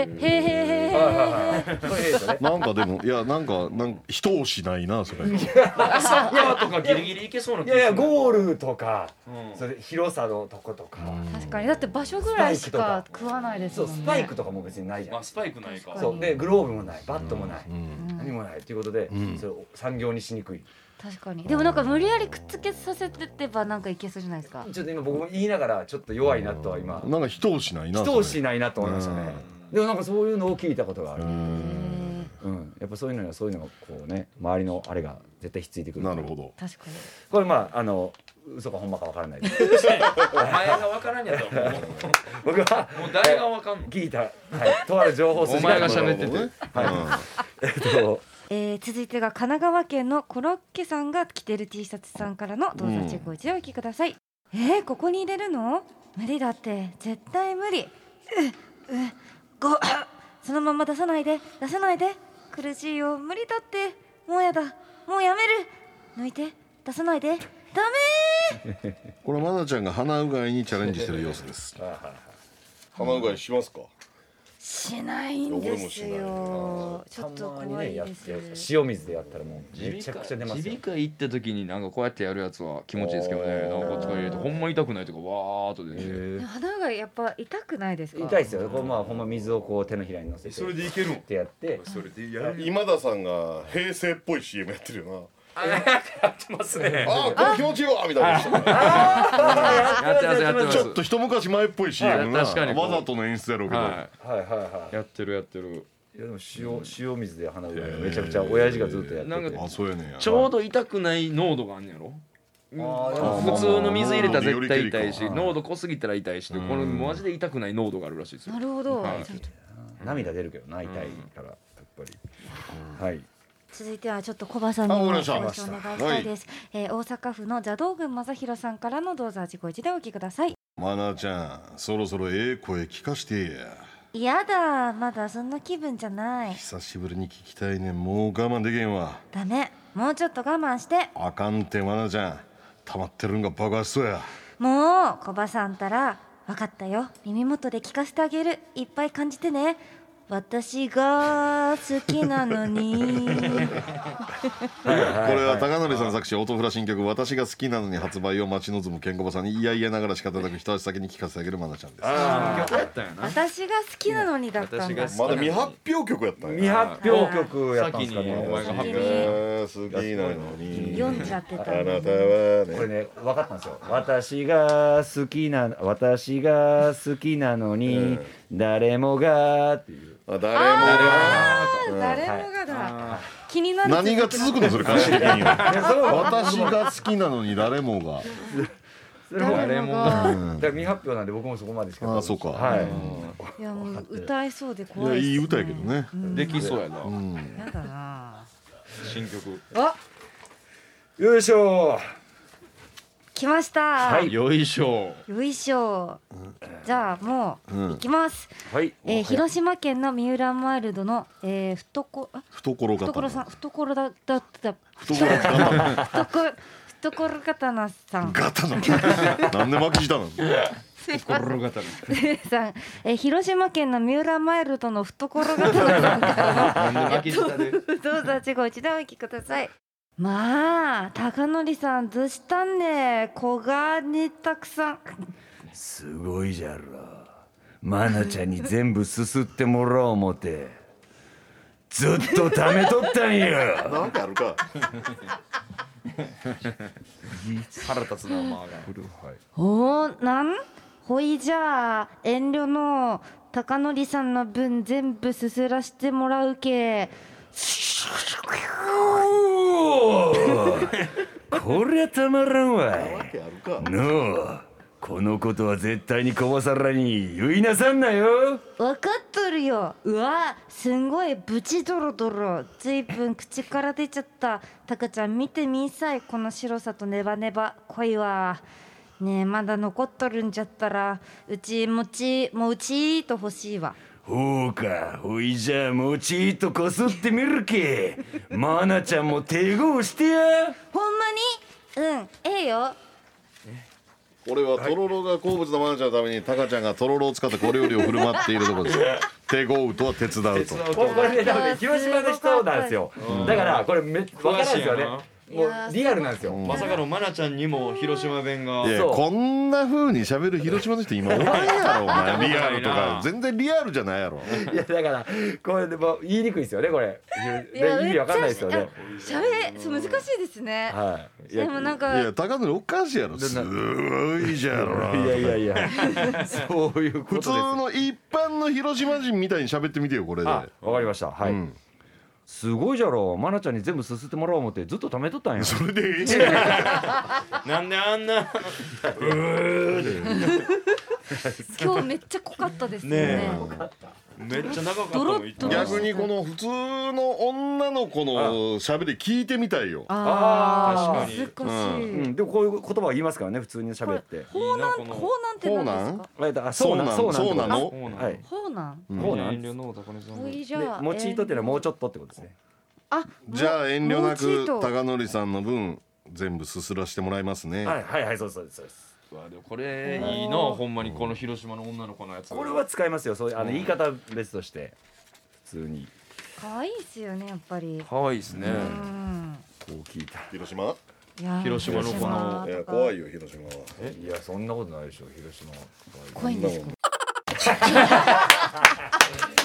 S4: えへーへーへ
S2: はい
S4: ー
S2: はいはい これですよね
S1: なんかでもいやなんかなんか人をしないなそれ
S3: サッカーとかギリギリいけそうない
S2: やいやゴールとか
S3: うん
S2: それ広さのとことか、
S4: 確かにだって場所ぐらいしか食わないです
S2: そ
S4: も
S2: うん
S4: ね
S2: スパイクとかも別にないじゃん、
S3: まあスパイクないか
S2: そうでグローブもないバットもない、
S1: うん
S2: 何もないということで、
S1: ん
S2: それを産業にしにくい
S4: 確かにでもなんか無理やりくっつけさせてってばなんかいけそうじゃないですか
S2: ちょっと今僕も言いながらちょっと弱いなとは今
S1: なんか人をしないな
S2: 人をし
S1: な
S2: ないなと思いましたねでもなんかそういうのを聞いたことがある、
S4: へー
S2: うん、やっぱそういうのにはそういうのがこうね周りのあれが絶対ひっついてくる
S1: なるほど
S4: 確かに
S2: これまああの嘘かほんまかわからないです
S3: お前が分からんやったらも
S2: 僕は
S3: うもう誰が分かんの
S2: 聞いた、はい、とある情報筋
S3: お前が
S2: から
S3: 喋ってて
S1: なるほどね
S2: えっと
S4: えー続いてが神奈川県のコロッケさんが着てる T シャツさんからの動作チェックを一度お聞きください、えー、ここに入れるの無理だって絶対無理ううごそのまま出さないで出さないで苦しいよ無理だってもうやだもうやめる抜いて出さないでダメ
S1: これマナちゃんが鼻うがいにチャレンジしてる様子です。鼻うがいしますか。
S4: ーしないんです
S1: いや俺
S4: よちょっと
S2: たまに
S4: 怖
S2: ね
S4: い
S2: やっ
S4: で
S2: て
S4: す
S2: 塩水でやったらもうめ
S3: 耳
S2: ちゃ
S3: 鼻
S2: くちゃ出
S3: 科
S2: ますよ
S3: 耳鼻科行った時になんかこうやってやるやつは気持ちいいですけどねなんかこっちから入れてほんま痛くないとかわーっと出て
S2: へ
S4: 鼻がやっぱ痛くないです
S2: ー
S4: か
S2: 痛いですよこれまあほんま水をこう手のひらに乗せて
S3: いけるん
S2: ってやって
S3: それでやる
S1: 今田さんが平成っぽい CM やってるよ
S3: やってますね
S1: な。ああ、これ気持ちいいわみたいな。
S3: やってますやってま
S1: ち
S3: す
S1: ょっと一昔前っぽい CM な。
S3: 確かに
S1: わざとの演出やろうけど。
S3: は
S2: はいはいはい
S3: やってるやってる
S2: いいやでも塩塩水で鼻うがいめちゃくちゃ親父がずっとやってて
S3: なんか
S1: あ、そうやねんや。
S3: ちょうど痛くない濃度があんねやろ
S2: あー
S3: 普通の水入れたら絶対痛いし
S2: あー
S3: 濃度濃すぎたら痛いしってこれマジで痛くない濃度があるらしいですよ
S4: なるほど、
S3: はい
S4: ちょっと
S2: 涙出るけどな痛いからやっぱり、はい
S4: 続いてはちょっと小バさんに
S1: あ
S4: も
S1: わか
S4: お
S1: りま
S4: 話
S1: した
S4: をお願いしたいです、えー大阪府の邪道郡正弘さんからのどうぞ自己一でお聞きください
S1: マナちゃんそろそろええ声聞かしてや
S4: やだまだそんな気分じゃない
S1: 久しぶりに聞きたいねんもう我慢できへんわ
S4: ダメもうちょっと我慢して
S1: あかんてマナちゃん溜まってるんが爆発しそうや
S4: もう小バさんたら分かったよ耳元で聞かせてあげるいっぱい感じてね私が好きなの に
S1: これは高典さん作詞音フラ新曲「私が好きなのに」発売を待ち望むケンコバさんにいやいやながら仕方なく一足先に聴かせてあげるマナちゃんです
S5: 曲やったよな
S4: 私が好きなのにだったんだ
S3: 私が好き
S1: まだ未発表曲やったん
S2: 未
S1: や
S2: 発表曲やったんですかね
S3: 先にお前が発
S4: 表
S1: えー好きなのに
S4: 読んじゃってた
S1: あなたは
S2: これ
S1: ね
S2: ね分かったんですよ私が好きな私が好きなのに誰もがっていう
S1: あ誰もが
S4: 誰もがだ気になる
S1: 何が続くのそれ歌詞的には私が好きなのに誰もが
S2: それもだか
S4: 誰もが
S2: ら未発表なんで僕もそこまでしか
S1: ああそうか
S2: はい
S4: いやもう歌えそうで
S1: いや
S4: 怖いっす
S1: いい歌やけどね
S3: できそうやな
S4: やだな
S3: 新曲
S4: あ
S2: よいしょ
S4: 来ました
S2: はい
S3: よいしょ
S4: よいしょじゃあもう行きます
S2: はい
S4: えー広島県の三浦マイルドのえー懐あ
S1: 懐
S4: 懐さん
S1: 刀
S4: 懐だだった
S1: 懐刀
S4: 懐懐刀さん
S1: 刀なんで巻き舌なの
S3: 心語る
S4: さんえー広島県の三浦マイルドの懐刀さんからの
S3: なんで巻き舌で
S4: どうぞちご一度お聞きください。まあ、高典さん、ずしたんね、小がにたくさん。
S2: すごいじゃろマナちゃんに全部すすってもらおう思てずっと貯めとったんや
S1: なんかあるか
S3: 腹立つなお前が
S4: おお、なん。ほいじゃあ、遠慮の、高典さんの分、全部すすらしてもらうけ。
S2: おーこりゃたまらんわい
S1: あるか
S2: のうこのことは絶対にこぼさらに言いなさんなよ
S4: わかっとるよ。うわ、すんごいブチドロドロ。ずいぶん口から出ちゃった。たかちゃん見てみんさい。この白さとネバネバ。濃いわ。ねえ、まだ残っとるんじゃったら、うちもち、もうちーと欲しいわ。
S2: ほうかほいじゃあもちっとこすってみるけマナちゃんも手合してや
S4: ほんまにうん、ええよ。
S1: 俺はとろろが好物のマナちゃんのためにタカちゃんがとろろを使った小料理を振る舞っているところ です手ごうとは手伝うと
S2: これこれねだからね広島の人なんですよだからこれめ分からないですよね
S4: い
S2: もう
S4: やー
S2: リアルなんですよ
S3: まさかのマナちゃんにも広島弁が
S1: いや
S2: そう
S1: こんな風に喋る広島の人今おらん やろお前リアルと
S3: おらん
S1: か
S3: な
S1: 全然リアルじゃないやろ
S2: いやだからこれでも言いにくいですよねこれ
S4: いや
S2: で意味わかんないですよ
S4: めっ
S2: ね
S4: ちゃしゃべ、そう難しいですね。
S2: はいい
S4: で
S2: や
S4: もなん
S1: い
S4: か
S1: や、高典おかしいやろすごいじゃろない
S2: やいやいや そういうこ
S1: 普通
S2: とですよ
S1: の一般の広島人みたいに喋ってみてよこれで
S2: あわかりましたはい、
S1: うん
S2: すごいじゃろマナちゃんに全部すすってもらおう思ってずっと貯めとったんや
S1: それでええじゃん
S3: なんであんな
S4: 今日めっちゃ濃かったですよね。
S3: めっちゃ長かった
S4: ドロ
S3: もん
S4: ッ と。
S1: 逆にこの普通の女の子の喋り聞いてみたいよ
S4: ああ、
S3: あー
S4: 難
S3: 確
S4: し
S2: う
S4: い。
S2: ん、でもこういう言葉は言いますからね普通に喋って
S4: ほうなん、ほうなんって何ですか。
S2: えっとあ
S1: そ
S2: そう
S1: う
S2: な
S1: なんん
S2: そうなん
S1: そうな
S2: ってこ
S1: の
S3: そう
S2: と
S3: な
S2: はいで
S4: ほうなん。
S2: そうなん
S3: 遠慮の男のさん
S4: ほいじゃ
S2: 「
S4: あ。
S2: もち糸」っていうのはもうちょっとってことですね
S4: あ、
S1: じゃあ遠慮な
S4: もうちょ
S1: く
S4: いと
S1: 高典さんの分全部すすらしてもらいますね、
S2: はいはいはいそうですそうですそうです
S3: うわでもこれいいなほんまにこの広島の女の子のやつ
S2: これは使いますよそういうあの言い方別として普通に
S4: 可愛いですよね、やっぱり。
S3: 可愛いですね
S4: うん。
S2: こう聞いた
S1: 広島
S4: いやー
S3: 広島のこの
S1: いや
S4: とか
S1: 怖いよ広島はい
S2: やそんなことないでしょ広島
S4: 怖いんですか。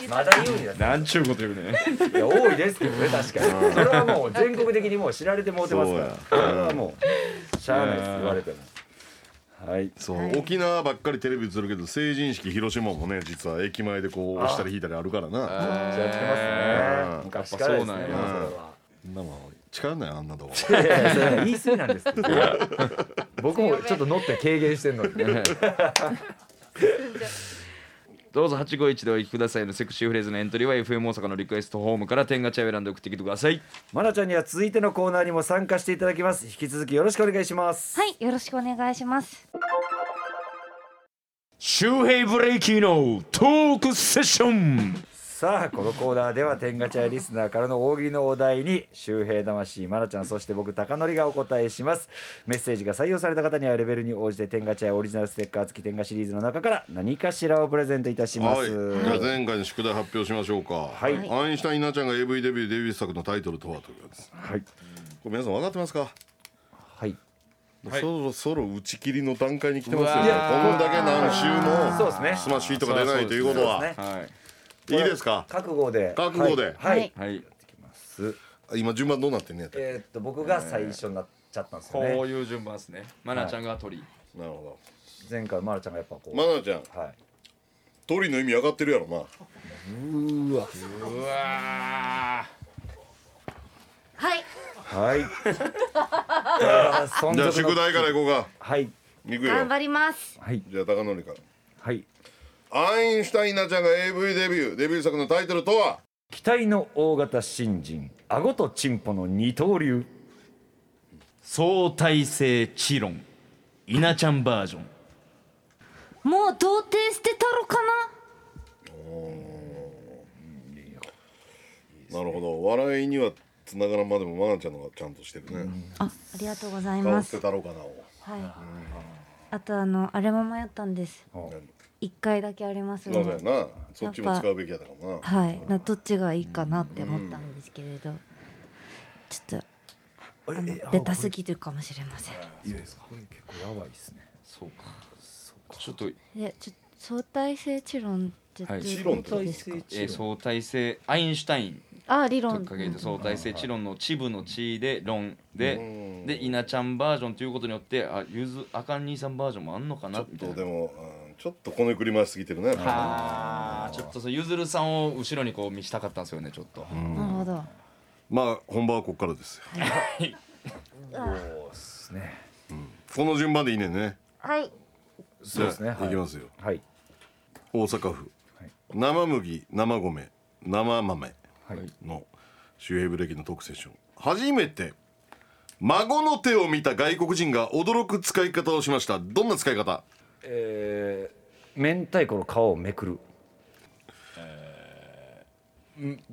S2: まだ言うんや
S3: なんちゅうこと言うね
S2: いや多いですけどね確かにそれはもう全国的にもう知られてもうてますから
S1: そ
S2: そ
S1: う
S2: れ
S1: や
S2: はもうしゃあないです
S3: うん
S2: 言われてもはい
S1: そう、
S4: はい
S1: 沖縄ばっかりテレビ映るけど成人式広島もね実は駅前でこう押したり引いたりあるからな
S2: じゃあやってますね昔からですねそれ
S3: やっぱそうなんや
S2: は
S1: そんなもん近寄んなよあんなとこ
S2: いやいやそれ言い過ぎなんですけど 僕もちょっと乗って軽減してんのに
S3: どうぞ851でお聞きくださいのセクシーフレーズのエントリーは FM 大阪のリクエストホームから天ガチャを選んで送ってきてください
S2: マナちゃんには続いてのコーナーにも参加していただきます引き続きよろしくお願いします
S4: はいよろしくお願いします
S3: 周平ブレイキーのトークセッション
S2: さあこのコーナーでは天ガチャリスナーからの大喜利のお題に周平魂マナちゃんそして僕高則がお答えしますメッセージが採用された方にはレベルに応じて天ガチャやオリジナルステッカー付き天ガシリーズの中から何かしらをプレゼントいたしま
S1: はい、
S2: す
S1: じゃあ前回の宿題発表しましょうか、
S2: い
S1: アインシュタインなちゃんが AV デビューデビュー作のタイトルとはというやつこ
S2: はい、
S1: れ皆さん分かってますか、
S2: はい
S1: そろそろ打ち切りの段階に来てますよ
S3: うわ
S1: こんだけ何週
S2: そう
S1: も
S2: ですね
S1: スマッシュヒットが出ないということは、
S2: ね
S3: はい
S1: いいですか
S2: 覚悟で
S1: 覚悟で
S2: はい、はい
S3: はい
S1: 今順番どうなってんねやった
S2: えーっと僕が最初になっちゃったんですよね、
S3: こういう順番ですねマナちゃんが鳥、
S1: なるほ
S2: 前回マラちゃんがやっぱこう、
S1: ど愛菜ちゃん
S2: はい
S1: 鳥の意味分かってるやろな
S3: うわ
S4: はい
S2: はいいやー存続の
S1: じゃあ宿題からいこうか
S2: はい
S1: 行くよ
S4: 頑張ります
S2: はい
S1: じゃあ高典から
S2: はい
S1: アインシュタインなちゃんが AV デビューデビュー作のタイトルとは
S2: 期待の大型新人顎とチンポの二刀流
S3: 相対性知論稲ちゃんバージョン
S4: もう童貞捨てたろか
S1: なるほど笑いにはつながらんまでもマナちゃんのがちゃんとしてるね
S4: なあありがとうござい
S1: 顔捨
S4: ます
S1: てたろうかな
S4: はいあとあのあれも迷ったんです一回だけあります
S1: なぜなそっちも使うべきやったかもな
S4: はい、などっちがいいかなって思ったんですけれど、ちょっとあのベタすぎるかもしれません。
S2: やばいですね
S3: そうかちょっと、
S4: で、ちょ相対性知論ってどう
S3: はい
S4: い
S1: 知
S4: う
S1: 論っ
S4: こ
S1: て
S4: とですか？
S3: えー相対性アインシュタイン
S4: あ、理
S3: と
S4: 論。
S3: 掲げて相対性知論の知部の知で論でで稲ちゃんバージョンということによってあゆずあかん兄さんバージョンもあんのかなみ
S1: ち
S3: た
S1: ょっ
S3: い
S1: とで
S3: な
S1: もうんちょっとこねくり回しすぎてるね
S3: あーちょっとそうゆずるさんを後ろにこう見したかったんですよねちょっと
S4: なるほど。
S1: まあ本番はこっからですよ
S2: そうですね
S1: この順番でいいねんね
S4: はい。
S2: そうですね
S1: じゃあ
S2: はい
S1: いきますよ
S2: はい
S1: 大阪府
S2: はい
S1: 生麦生米生豆
S2: はい、
S1: の周平ブレーキのトークセッション初めて孫の手を見た外国人が驚く使い方をしましたどんな使い方
S2: えー、明太子の皮をめくる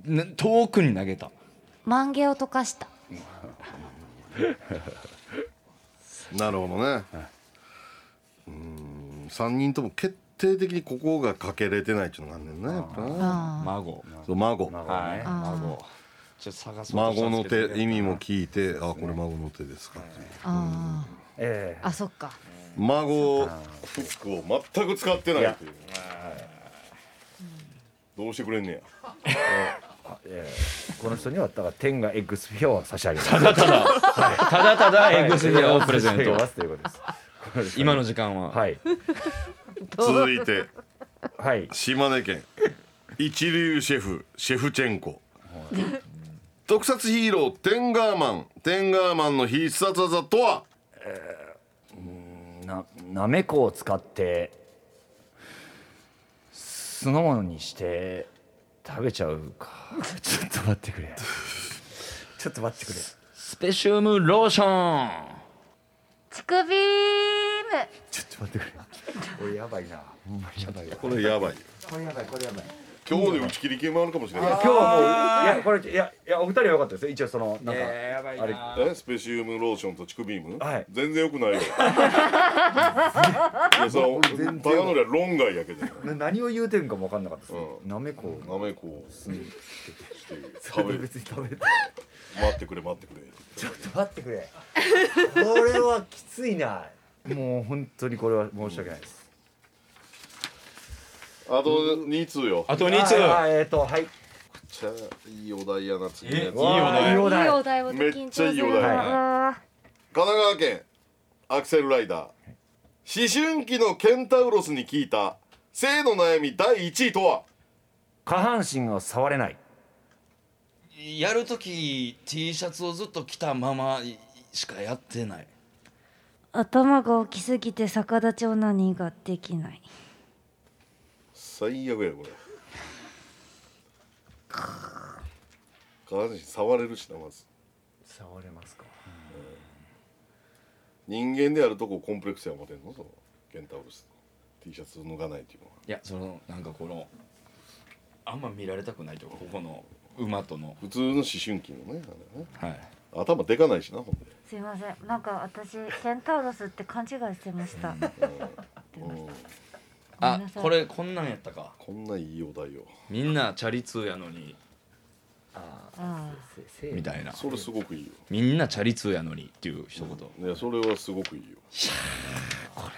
S3: ね遠くに投げた
S4: マンゲを溶かした。
S1: なるほどね、うーん3人とも決定的にここがかけれてないっていうのがあんねんなやっぱな
S4: あ
S3: 孫
S1: そう孫
S2: なるほど
S3: はい
S2: ね
S3: 孫ちょっと探そうとした
S1: 孫
S3: ん
S1: の
S3: ですけど
S1: 手意味も聞いてあこれ孫の手ですかっていう
S4: あ、あ
S2: え
S4: あ、あ、そっか。
S1: 孫フックを全く使ってないというどうしてくれんねや
S2: ーこの人にはだから天がエッグスフィアを差し上げます
S3: ただただただただエグスビアをプレゼン
S2: 差し上げま
S3: ト
S2: すということです
S3: 今の時間は
S2: はい
S1: 続いて
S2: はい
S1: 島根県一流シェフシェフチェンコ特撮ヒーローテンガーマンテンガーマンの必殺技とは
S2: ななめこを使って酢の物にして食べちゃうかちょっと待ってくれちょっと待ってくれ
S3: スペシウムローション
S4: 乳首ビーム。
S2: ちょっと待ってくれこれやばいなほんまにやばいよ
S1: これやばいよ
S2: これやばいこれやばい
S1: 今日で打ち切り系もあるかもしれない
S2: 今日はもういやこれいやいやお二人は良かったですよ一応そのなんか、
S3: やばい
S2: な
S1: えスペシウムローションとチクビーム、
S2: はい
S1: 全然よくないよ いやその高典は論外やけど
S2: な何を言うてんかも分かんなかったです、
S1: う
S2: なめこを
S1: なめこを
S2: そ
S1: 食べ
S2: れ
S1: る
S2: 別に食べて
S1: 待ってくれ待ってくれ
S2: ちょっと待ってくれこれはきついなもう本当にこれは申し訳ないです
S1: あと2通よ
S3: あと2通
S2: ああえっ、とはい
S1: じゃあいいお題やな次のやつ
S3: えわ
S1: 神
S3: あ
S2: いい
S4: いい
S2: お題
S4: お題を緊張する
S1: めっちゃいいお題
S4: なうわ
S1: 奈川県アクセルライダー思春期のケンタウロスに聞いた性の悩み第1位とは
S2: 下半身を触れない
S3: えやるとき T シャツをずっと着たまましかやってない
S4: 頭が大きすぎて逆立ちオナニーができない
S6: 最悪やこれ下半身触れるしなまず
S2: 触れますか
S6: 人間であるとこコンプレックスや持てんのそのケンタウロス T シャツを脱がないっていうのはい
S3: やそのなんかこのあんま見られたくないというかここの馬との
S6: 普通の思春期のねあれね
S3: はい
S6: 頭でかないしなほんです
S4: いませんなんか私ケンタウロスって勘違いしてました
S6: で、うん、
S4: ごめ
S3: あ
S4: んなさい
S3: これこんなんやったか
S6: こんないいお題を
S3: みんなチャリ通やのに
S2: ああ
S4: あ
S2: せせ
S3: みたいな
S6: それすごくいいよ
S3: みんなチャリ通やのにっていう一言
S6: いやそれはすごくいいよ
S4: あ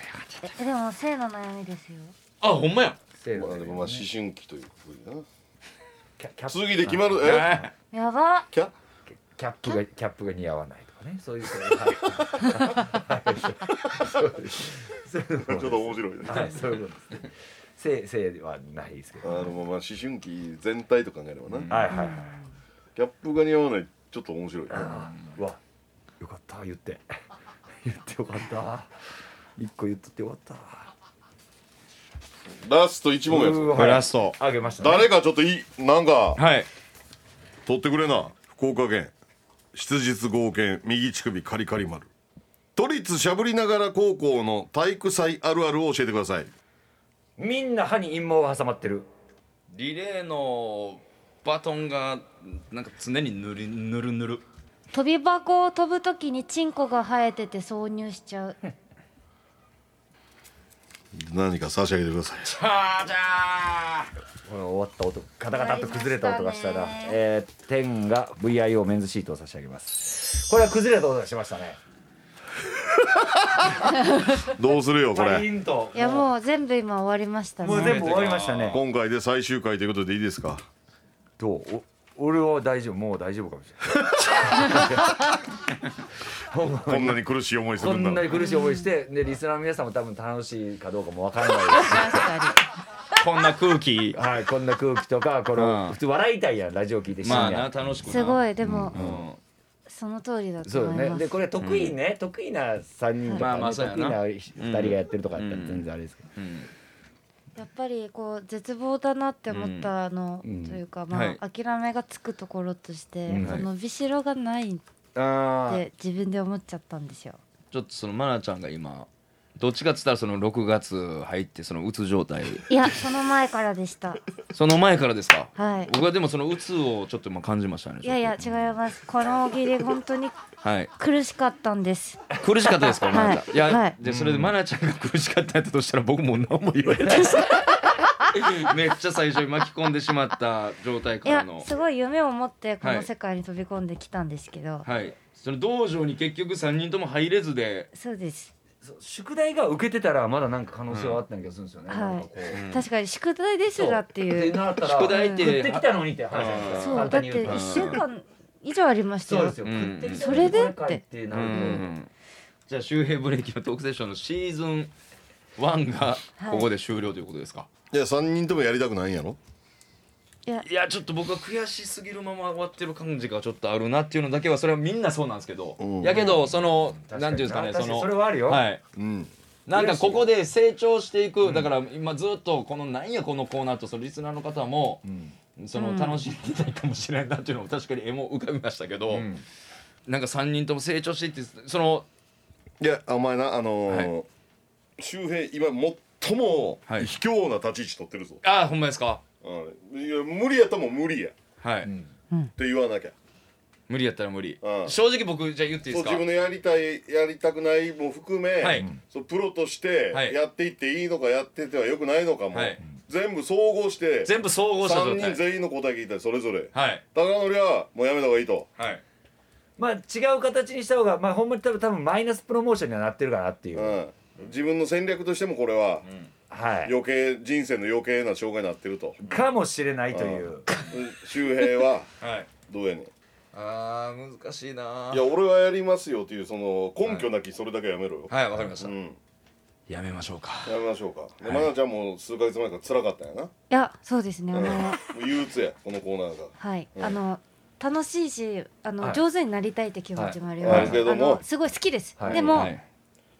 S4: えでも性の悩みですよ
S3: あほんまや
S2: せ
S6: まあでもまあ思春期ということでな
S2: キャキャップ
S6: 次で決まるえ
S3: え
S4: やば
S6: キャ
S2: キャップがキャップが似合わないとかねそういうそう いうはい
S6: ちょっと面白いね
S2: はいそういうことですねせせはないですけ
S6: あ
S2: ど
S6: のまあ思春期全体と考えればな、
S2: はいはいはい
S6: ギャップが似合わないちょっと面白いね
S2: うわよかった言って 言ってよかった一個言っとってよかった
S6: ラスト一問や
S2: う
S6: ぞ
S2: わ
S3: これラスト
S2: あげましたね
S6: 誰かちょっといいなんか
S3: はい
S1: 取ってくれな福岡県質実合憲右乳首カリカリ丸都立しゃぶりながら高校の体育祭あるあるを教えてください
S2: みんな歯に陰謀が挟まってる
S3: リレーのバトンがなんか常にぬるぬるぬる
S4: 飛び箱を飛ぶときにチンコが生えてて挿入しち ゃう
S1: 何か差し上げてください
S3: あーじゃあ
S2: この終わった音ガタガタっと崩れた音がしたら
S7: えー、天が VIO メンズシートを差し上げます
S2: これは崩れた音がしましたね
S1: どうするよこ
S2: パリ
S1: れ
S2: ーンと
S4: いやもう全部今終わりました
S2: もう
S4: ね
S2: 全部終わりましたね
S1: 今回で最終回ということでいいですか
S2: どうお俺は大丈夫もう大丈夫かもしれ
S1: こんなに苦しい思いす
S2: な
S1: る
S2: いこ
S1: んだ
S2: んな
S1: ろ
S2: に
S1: う
S2: 苦しい思いしてでリスナーの皆さんも多分楽しいかどうかもわからない
S4: 確かに
S3: こんな空気
S2: ですはいこんな空気とかこの、
S3: うん
S2: 普通笑いたいやんラジオ聞いて深
S3: まあ
S2: 夜、
S3: な楽しくな
S4: すご
S3: い、
S4: いでも、
S3: うん、
S4: その通りだと
S2: そう
S4: 思
S2: よ
S4: い
S2: ね
S4: ま
S2: ですこれ得意ね、得意な3人とか、ね
S3: まあまあそうや
S2: 得意
S3: な
S2: な2人がやってるとかやったら全然あれですけど、
S4: やっぱりこう絶望だなって思ったの、
S2: ん
S4: というかまあ、
S3: は
S4: 諦めがつくところとして、
S2: うん
S4: この伸びしろがないっ
S2: あ
S4: て自分で思っちゃったんですよ
S3: ちょっとそのマナちゃんが今どっちかっつったらその6月入ってそのうつ状態
S4: いやその前からでした
S3: その前からですか
S4: はい
S3: 僕はでもそのうつをちょっと今感じましたね
S4: いやいや違いますこの大喜利本当に
S3: はい
S4: 苦しかったんです
S3: 苦しかったですか
S4: はい
S3: マナちゃんいや、
S4: はい
S3: でそれでマナちゃんが苦しかったやつとしたら僕もう何も言われ ないですめっちゃ最初に巻き込んでしまった状態
S4: い
S3: から
S4: や
S3: の
S4: すごい夢を持ってこ
S3: は
S4: の
S3: い
S4: 世界に飛び込んできたんですけど、
S3: はいその道場に結局3人とも入れずで
S4: そうです
S2: そう宿題が受けてたらまだなんか可能性はあった気がするんですよね、
S4: うん
S2: なんかこう、
S4: 確かに宿題ですらって
S2: そう
S4: い
S2: って
S4: う
S2: なったら
S3: 宿題って
S2: 食ってきたのにって話じゃないです
S4: そ
S2: か
S4: うだ
S2: 簡
S4: って
S2: 単に言うと
S4: 1
S3: 一
S4: 週間以上ありました
S2: そう
S4: よ
S2: ですよ、
S3: うん
S2: 食ってきた
S4: それでって
S2: これかってなると、
S3: じゃあ周平ブレーキのトークセッションのシーズン1がここで終了ということですか、
S1: いや3人ともやりたくないんやろ
S4: いや
S3: いやちょっと僕は悔しすぎるまま終わってる感じがちょっとあるなっていうのだけはそれはみんなそうなんですけど、
S1: うん
S3: やけどその
S2: 確かに
S3: なんていうんですかね
S2: 確か
S3: そ
S2: に
S3: の
S2: それはあるよ
S3: はい、
S1: うん
S3: なんかここで成長していく、だから今ずっとこのなんやこのコーナーとそのリスナーの方も、その楽しんでいただいかもしれないなっていうのも確かに絵も浮かびましたけど、
S2: ん
S3: なんか3人とも成長していってその
S1: いやお前なあのー
S3: は
S1: 周平今最も
S3: はい
S1: 卑怯な立ち位置取ってるぞ、
S3: ああほんまですか
S1: うんいや無理やったらもう無理やっ
S3: はい、
S1: て言わなきゃ
S3: 無理やったら無理、
S1: うん
S3: 正直僕じゃあ言っていい
S1: そ
S3: で
S1: う
S3: す
S1: 自
S3: か
S1: 分のやりたいやりたくないも含め、
S3: はい
S1: そうプロとして
S3: はい
S1: やっていっていいのかやっててはよくないのかも、
S3: はい
S1: 全部総合して
S3: 全部総合した状
S1: 3人
S3: 態
S1: 全員の答え聞いたりそれぞれ
S3: はい
S1: 高典はもうやめた方がいいと
S3: はい
S2: まあ違う形にした方がまあほんまに多分多分マイナスプロモーションにはなってるかなっていう、
S1: うん、自分の戦略としてもこれは
S2: はい
S1: 余計人生の余計な障害になってると
S2: かもしれないという
S1: 周平は
S3: はい
S1: どうやねん
S3: あー難しいない
S1: や俺はやりますよっていうその根拠なきそれだけはやめろよ、
S3: はいわかりました、
S1: うん
S3: やめましょうか
S1: やめましょうかで愛菜、ちゃんも数ヶ月前から辛かったんやな、
S4: いやそうですねあ
S1: うん、も
S4: の
S1: う憂鬱やこのコーナーが
S4: はい、
S1: うん
S4: あの楽しいしあの、
S2: はい
S4: 上手になりたいって気持ちもあり
S1: はい
S4: ま
S1: は
S4: す、
S1: いけど
S4: あ
S1: も
S4: のすごい好きです、
S2: はい
S4: でも、
S3: はい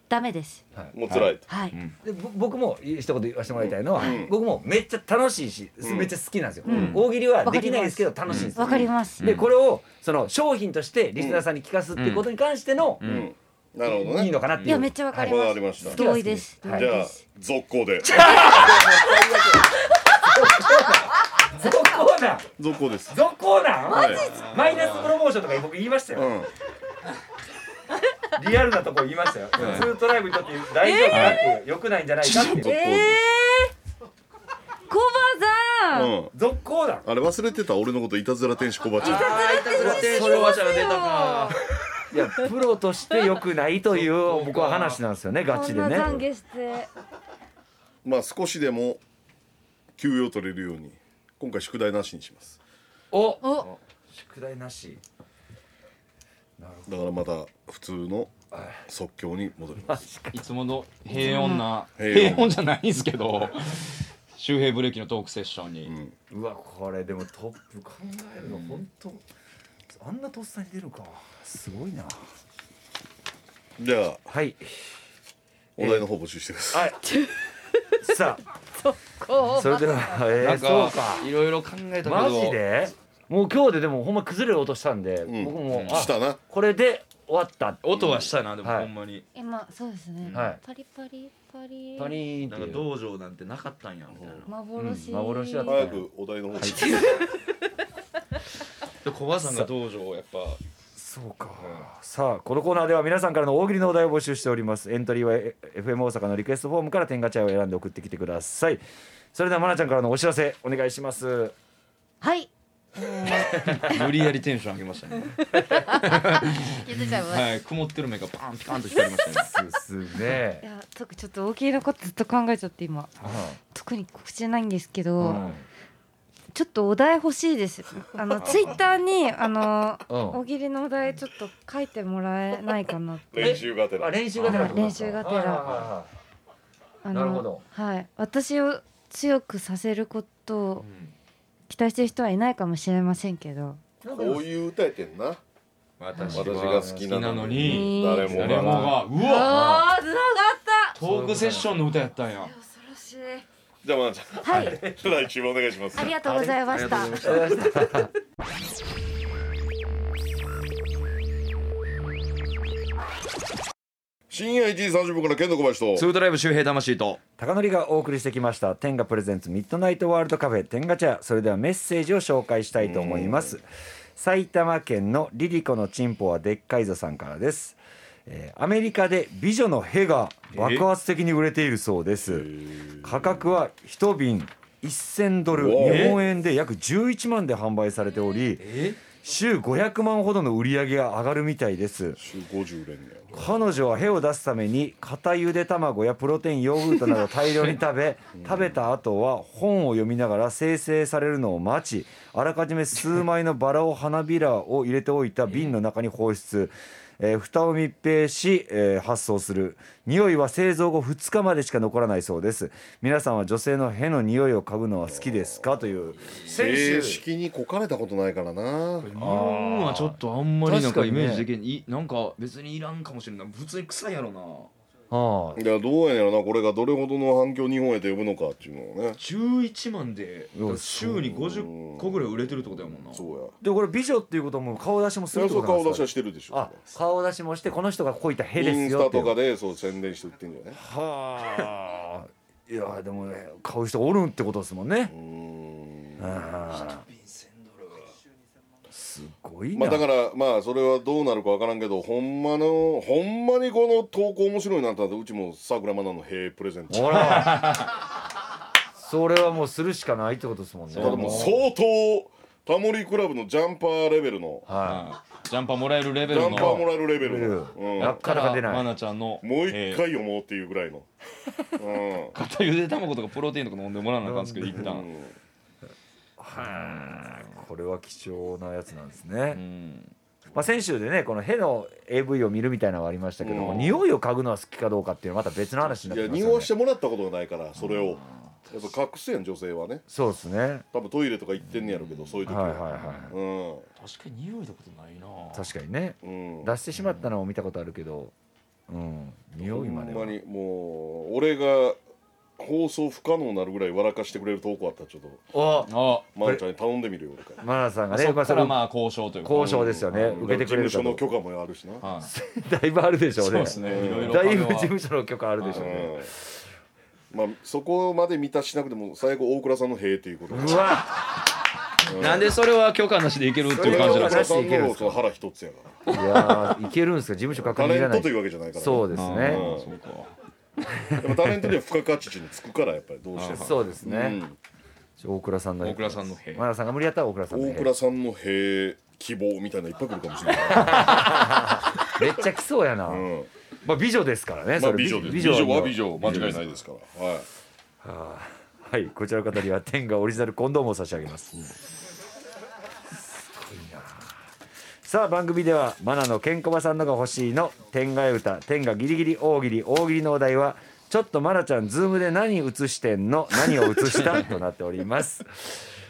S4: ダメです
S1: もう辛いと。
S4: はい、
S3: うん
S2: でぼ僕も一言言わせてもらいたいのは、
S1: うん
S2: 僕もめっちゃ楽しいし、
S1: うん
S2: めっちゃ好きなんですよ、
S4: うん
S2: 大喜利はできないですけど楽しいんですよ
S4: わかります、
S2: でこれをその商品としてリスナーさんに聞かすっていうことに関しての、
S1: うん。なるほど
S2: いい
S1: ね。
S2: のかなっていう
S4: いやめっちゃわかり
S1: わ
S4: ま
S1: か
S4: す、
S1: りました。
S2: 好き
S4: 同意です
S2: はい
S1: じゃあ続行で。
S2: 続行なん
S1: 続行です。
S2: 続行なん、
S1: はい。
S2: マイナスプロモーションとか僕言いましたよ、
S1: うん。
S2: リアルなとこ言いましたよ、ツートライブにとって大丈夫かっていう、良くないんじゃないかって
S1: ち
S2: い
S1: ょ
S2: う
S1: っ
S4: えー、コバさん、
S1: うん。
S2: 続行なん
S1: あれ忘れてた俺のこといたずら天使小鉢。
S3: あーいたずら天使小鉢が出たか
S2: いやプロとして良くないという僕は話なんですよねガ
S4: こ
S2: チ
S4: ん
S2: で
S4: な
S2: ね
S4: 懺悔して
S1: まあ少しでも休養取れるように今回宿題なしにします。
S2: お
S4: お
S2: 宿題なし
S1: だからまた普通の即興に戻ります。
S3: いつもの平穏な
S1: 平穏
S3: 平穏じゃないんですけど周平ブレーキのトークセッションに、
S1: うん。
S2: うわこれでもトップ考えるの本当あんなとっさに出るかすごいな
S1: じゃあ
S2: はい
S1: お題の方募集してください。
S2: はい さあ それではえ
S3: な
S2: ー、
S3: ん
S2: そ
S3: か
S2: うか
S3: いろいろ考えたけど
S2: マジでもう今日ででもほんま崩れる音したんで、
S1: ん
S2: 僕も
S1: し
S2: あ
S1: たな。
S2: これで終わった
S3: 音はしたなでも
S2: はい
S3: ほんまに、
S4: 今そうですね、
S2: はい
S4: パリパリパリ
S2: パリーン
S3: な
S2: っ
S3: ん
S2: て
S3: か
S2: いう
S3: 道場なんてなかったんやみたいな、
S4: 幻、
S2: うん幻だった
S1: 早くお題の方。
S3: で小林さんが道場をやっぱ
S2: そうか、さあこのコーナーでは皆さんからの大喜利のお題を募集しておりますエントリーはえ FM 大阪のリクエストフォームから天ガチャを選んで送ってきてくださいそれではまなちゃんからのお知らせお願いします
S4: はい
S3: 無理やりテンション上げましたね
S4: 気づいちゃいます、
S3: はい曇ってる目がパンピカンと光りましたね
S2: ですね
S4: い、や特にちょっと大きいのことずっと考えちゃって今特に告知ないんですけど、
S2: うん
S4: ちょっとお題欲しいですあ のツイッターにあの
S2: うん
S4: 大喜利のお題ちょっと書いてもらえないかな
S1: 練習がてら。
S2: あ練習がてらってこと
S4: 練習がてら
S2: はいはいは
S4: あの
S2: なるほど
S4: はい私を強くさせることを期待してる人はいないかもしれませんけど、
S1: こういう歌やけんな。
S3: 私
S1: 私
S3: が
S1: が
S3: 好
S1: 好き
S3: きな
S1: な
S3: の
S1: の
S3: に
S4: に
S1: 誰も
S3: 誰も
S1: が。
S3: がうわ
S4: ああつながった
S3: トークセッションの歌やったんや
S4: 恐ろしい
S1: じゃあまなちゃ
S4: はい
S1: ん 来週もお願いします
S4: あ。りがとうございました
S1: 深夜1時30分から剣の小林と。
S3: ツードライブ周平魂と
S2: 高典がお送りしてきました天ガプレゼンツミッドナイトワールドカフェ天ガチャそれではメッセージを紹介したいと思います埼玉県のリリコのチンポはでっかいぞさんからです、えーアメリカで美女のヘが爆発的に売れているそうです価格は一瓶1000ドル
S1: うわ
S2: 日本円で約11万で販売されており週500万ほどの売り上げが上がるみたいです
S1: 週50連だよ。
S2: 彼女はヘを出すために固ゆで卵やプロテインヨーグルトなどを大量に食べ食べた後は本を読みながら生成されるのを待ちあらかじめ数枚のバラを花びらを入れておいた瓶の中に放出、えー蓋を密閉し、えー発送する匂いは製造後2日までしか残らないそうです皆さんは女性のヘの匂いを嗅ぐのは好きですかという先
S1: 正
S2: 週
S1: 式にこかれたことないからな。
S3: 日本はちょっとあんまりなん
S2: 確
S3: か
S2: か
S3: イ
S2: にね
S3: メージ的にいなんか別にいらんかもしれんない普通に臭いやろない
S2: はい
S1: やどうやねんやろなこれがどれほどの反響日本へと呼ぶのかっていうのをね
S3: 11万で
S2: うわ
S3: 週に50個ぐらい売れてるってことやもんな
S1: そうや
S2: でこれ美女っていうことも顔出しもす
S1: そ
S2: るっ
S1: れ
S2: て
S1: そう
S2: ことなん
S1: 顔
S2: ですか
S1: 出しはしてるでしょ
S2: あ顔出しもしてこの人がこういった
S1: イ
S2: ヘで
S1: ン
S2: す
S1: ス
S2: よ
S1: タ
S2: ってい
S1: とか
S2: う
S1: でそう宣伝して売ってんじゃない
S2: はあいやでもね買う人おるんってことですもんね
S1: うーん
S2: ああすごいな、
S1: まあだからまあそれはどうなるかわからんけどほんまのほんまにこの投稿面白いなったらうちも桜マナの「へえプレゼント」
S2: ほらそれはもうするしかないってことですもんね
S1: ただもう相当タモリクラブのジャンパーレベルの
S2: は
S3: はいジャンパーもらえるレ
S1: ジ
S3: ベル
S1: ャ
S3: の
S1: ンパーもらえるレベ
S2: い
S1: ルの、うん、
S2: なかなか出な
S3: マ
S2: い
S3: ナちゃんの
S1: もう一
S3: え
S1: 回
S3: ー
S1: 読もうっていうぐらいの、うん
S3: 片ゆで卵とかプロテインとか飲んでもらわなあかんすけど一
S1: う
S3: 旦
S1: ん
S2: はあこれは貴重なやつなんですね、
S3: うん
S2: まあ、先週でねこのヘの AV を見るみたいなのがありましたけども、
S1: うん
S2: 匂いを嗅ぐのは好きかどうかっていうのはまた別の話にないって
S1: や
S2: ます
S1: 匂
S2: よね
S1: わしてもらったことがないからそれをやっぱ隠すやん女性はね
S2: そうですね
S1: 多分トイレとか行ってんねやろうけどそういう時
S2: はいはい
S1: は、
S2: はい
S1: うん
S3: 確かに匂いたことないな
S2: 確かにね
S1: うん
S2: 出してしまったのを見たことあるけどうん匂いまで
S1: ほん
S2: は
S1: まにもう俺が放送不可能になるぐらい笑かしてくれる投稿あったらちょっと
S2: お
S3: あ
S1: マンちゃんに頼んでみるよ俺から
S2: マナさんがね
S3: そっから
S2: まあ
S3: まあ交渉というか
S2: 交渉ですよね
S1: うん
S2: 受けてくれる
S1: 事
S2: か
S1: 務所
S2: ど
S1: の
S2: うか
S1: 許可もあるしな、
S3: はい
S2: だいぶあるでしょう
S3: そう
S2: ね
S3: ですねいろいろ
S2: だい
S3: あ
S2: ぶ
S3: の
S2: 事務所の許可あるでしょうね
S1: うんまあ、そこまで満たしなくても最後大倉さんの「へえ」っていうこと
S2: うわ
S3: なんでそれは許可なしでいけるっていう感じなん
S1: 大
S3: ですか
S1: 倉さんの方が腹一つやから
S2: いやーいけるんですか事務所確
S1: タ
S2: 認い
S1: レ
S2: ら
S1: ン
S2: な
S1: ト
S2: い
S1: というわけじゃないから、
S2: そうですね
S3: ああそうか
S1: でもタレントには付加価値値につくからやっぱりどうしても
S2: そうですね
S1: うん
S2: 大倉さんの
S3: 大倉さんの兵
S2: マナさんが無理やったら大倉さんの
S1: 大
S2: 兵
S1: 倉さんの「へえ」希望みたいなのいっぱい来るかもしれない、
S2: めっちゃ来 そうやな
S1: うん
S2: まあ美女ですからね
S1: ま
S2: そ
S1: あ、
S2: れ
S1: 美女です美
S2: は
S1: 女は美女間違いないですから、はい
S2: はい、こちらの方には天がオリジナルコンドームを差し上げます。すごいなあ。さあ番組ではマナのケンコバさんのが欲しいの天が歌天がギリギリ大喜利大喜利のお題はちょっとマナちゃんズームで何映してんの何を映したとなっております。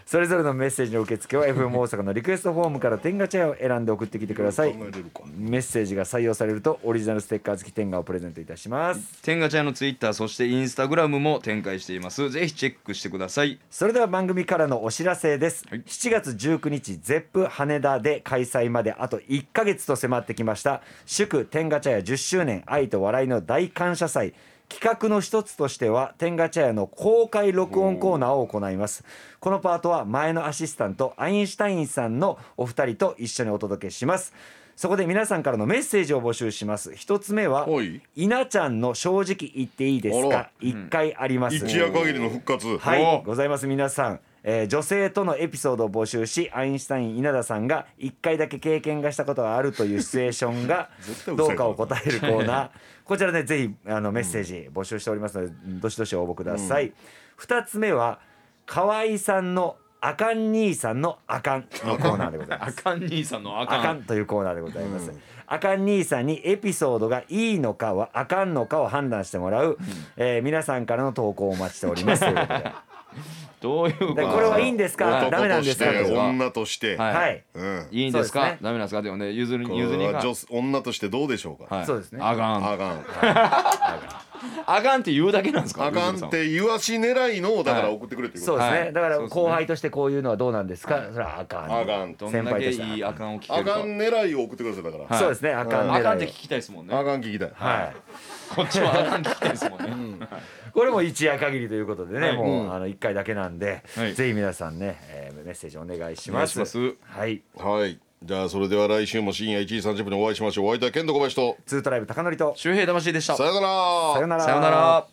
S2: それぞれのメッセージの受付は FM 大阪のリクエストフォームから天がチェアを選んで送ってきてください。メッセージが採用されるとオリジナルステッカー付き天がをプレゼントいたします。
S3: 天下茶屋のツイッターそしてインスタグラムも展開していますぜひチェックしてください
S2: それでは番組からのお知らせです、7月19日ゼップ羽田で開催まであと1ヶ月と迫ってきました祝天ガ茶屋10周年愛と笑いの大感謝祭企画の一つとしては天ガ茶屋の公開録音コーナーを行いますこのパートは前のアシスタントアインシュタインさんのお二人と一緒にお届けしますそこで皆さんからのメッセージを募集します一つ目は
S1: はい
S2: 稲ちゃんの正直言っていいです
S1: あら
S2: か1回あります
S1: 一夜限りの復活
S2: はい
S1: お
S2: ございます皆さん、えー女性とのエピソードを募集しアインシュタイン稲田さんが1回だけ経験がしたことがあるというシチュエーション が
S1: 対嘘や
S2: どうかを答えるコーナ ーこちらねぜひあのメッセージ募集しておりますのでどしどし応募ください、二2つ目は河合さんのあかん兄さんのあかんのコーナーでございます
S3: あかん兄さんのあ
S2: あ
S3: か
S2: か
S3: ん
S2: んというコーナーでございます。あかん兄さんにエピソードがいいのかはあかんのかを判断してもらう、えー皆さんからの投稿をお待ちしてお ります。ということで
S3: どういう
S2: で
S3: か
S2: これはいいんですか
S1: 男
S2: ダメなん
S1: と
S2: で
S1: し
S2: すかって
S1: て
S2: いうのは
S1: 女として、
S3: はい
S2: はい、
S1: うん
S3: いいんですか
S2: そうですね
S3: ダメなんですかでもねゆずる
S1: こ
S3: に
S1: れ
S3: ゆずに
S1: は
S3: が
S1: 女女としてどうでしょうか、
S3: はい
S2: そうですね
S3: あかん
S1: あかん
S3: あかんって言うだけなんですか
S1: あか
S3: ゆずる
S1: ん
S3: さ
S1: っ、て言わし狙いのをだから送ってくれっていうこ
S2: そう
S1: と、
S2: ですね、
S3: はい
S2: だから
S3: そうですね
S2: 後輩としてこういうのはどうなんですか、それはあかん
S1: あかんと
S3: どんだけ
S2: 先輩として
S3: いいあかんを聞け
S1: あ
S3: るか
S1: かん狙いを送ってくださいだから、
S3: はい
S2: そうですねあかん狙い
S3: あかんって聞きたいですもんね
S1: あかん聞きたい、
S2: はい
S3: こっちはあかん聞きたいですもんね、
S2: これも一夜限りということでね、
S3: はい
S2: もう、あの1回だけなんで、
S3: はい
S2: ぜひ皆さんね、えーメッセージお願いし
S3: お願
S2: ま
S3: い
S2: す
S3: します
S2: はい
S1: はいじゃあそれでは来週も深夜1時30分にお会いしましょうお相手はケント小林と
S2: ツートライブ高典と
S3: 周平魂でした
S1: さよなら
S2: さよなら
S3: さよなら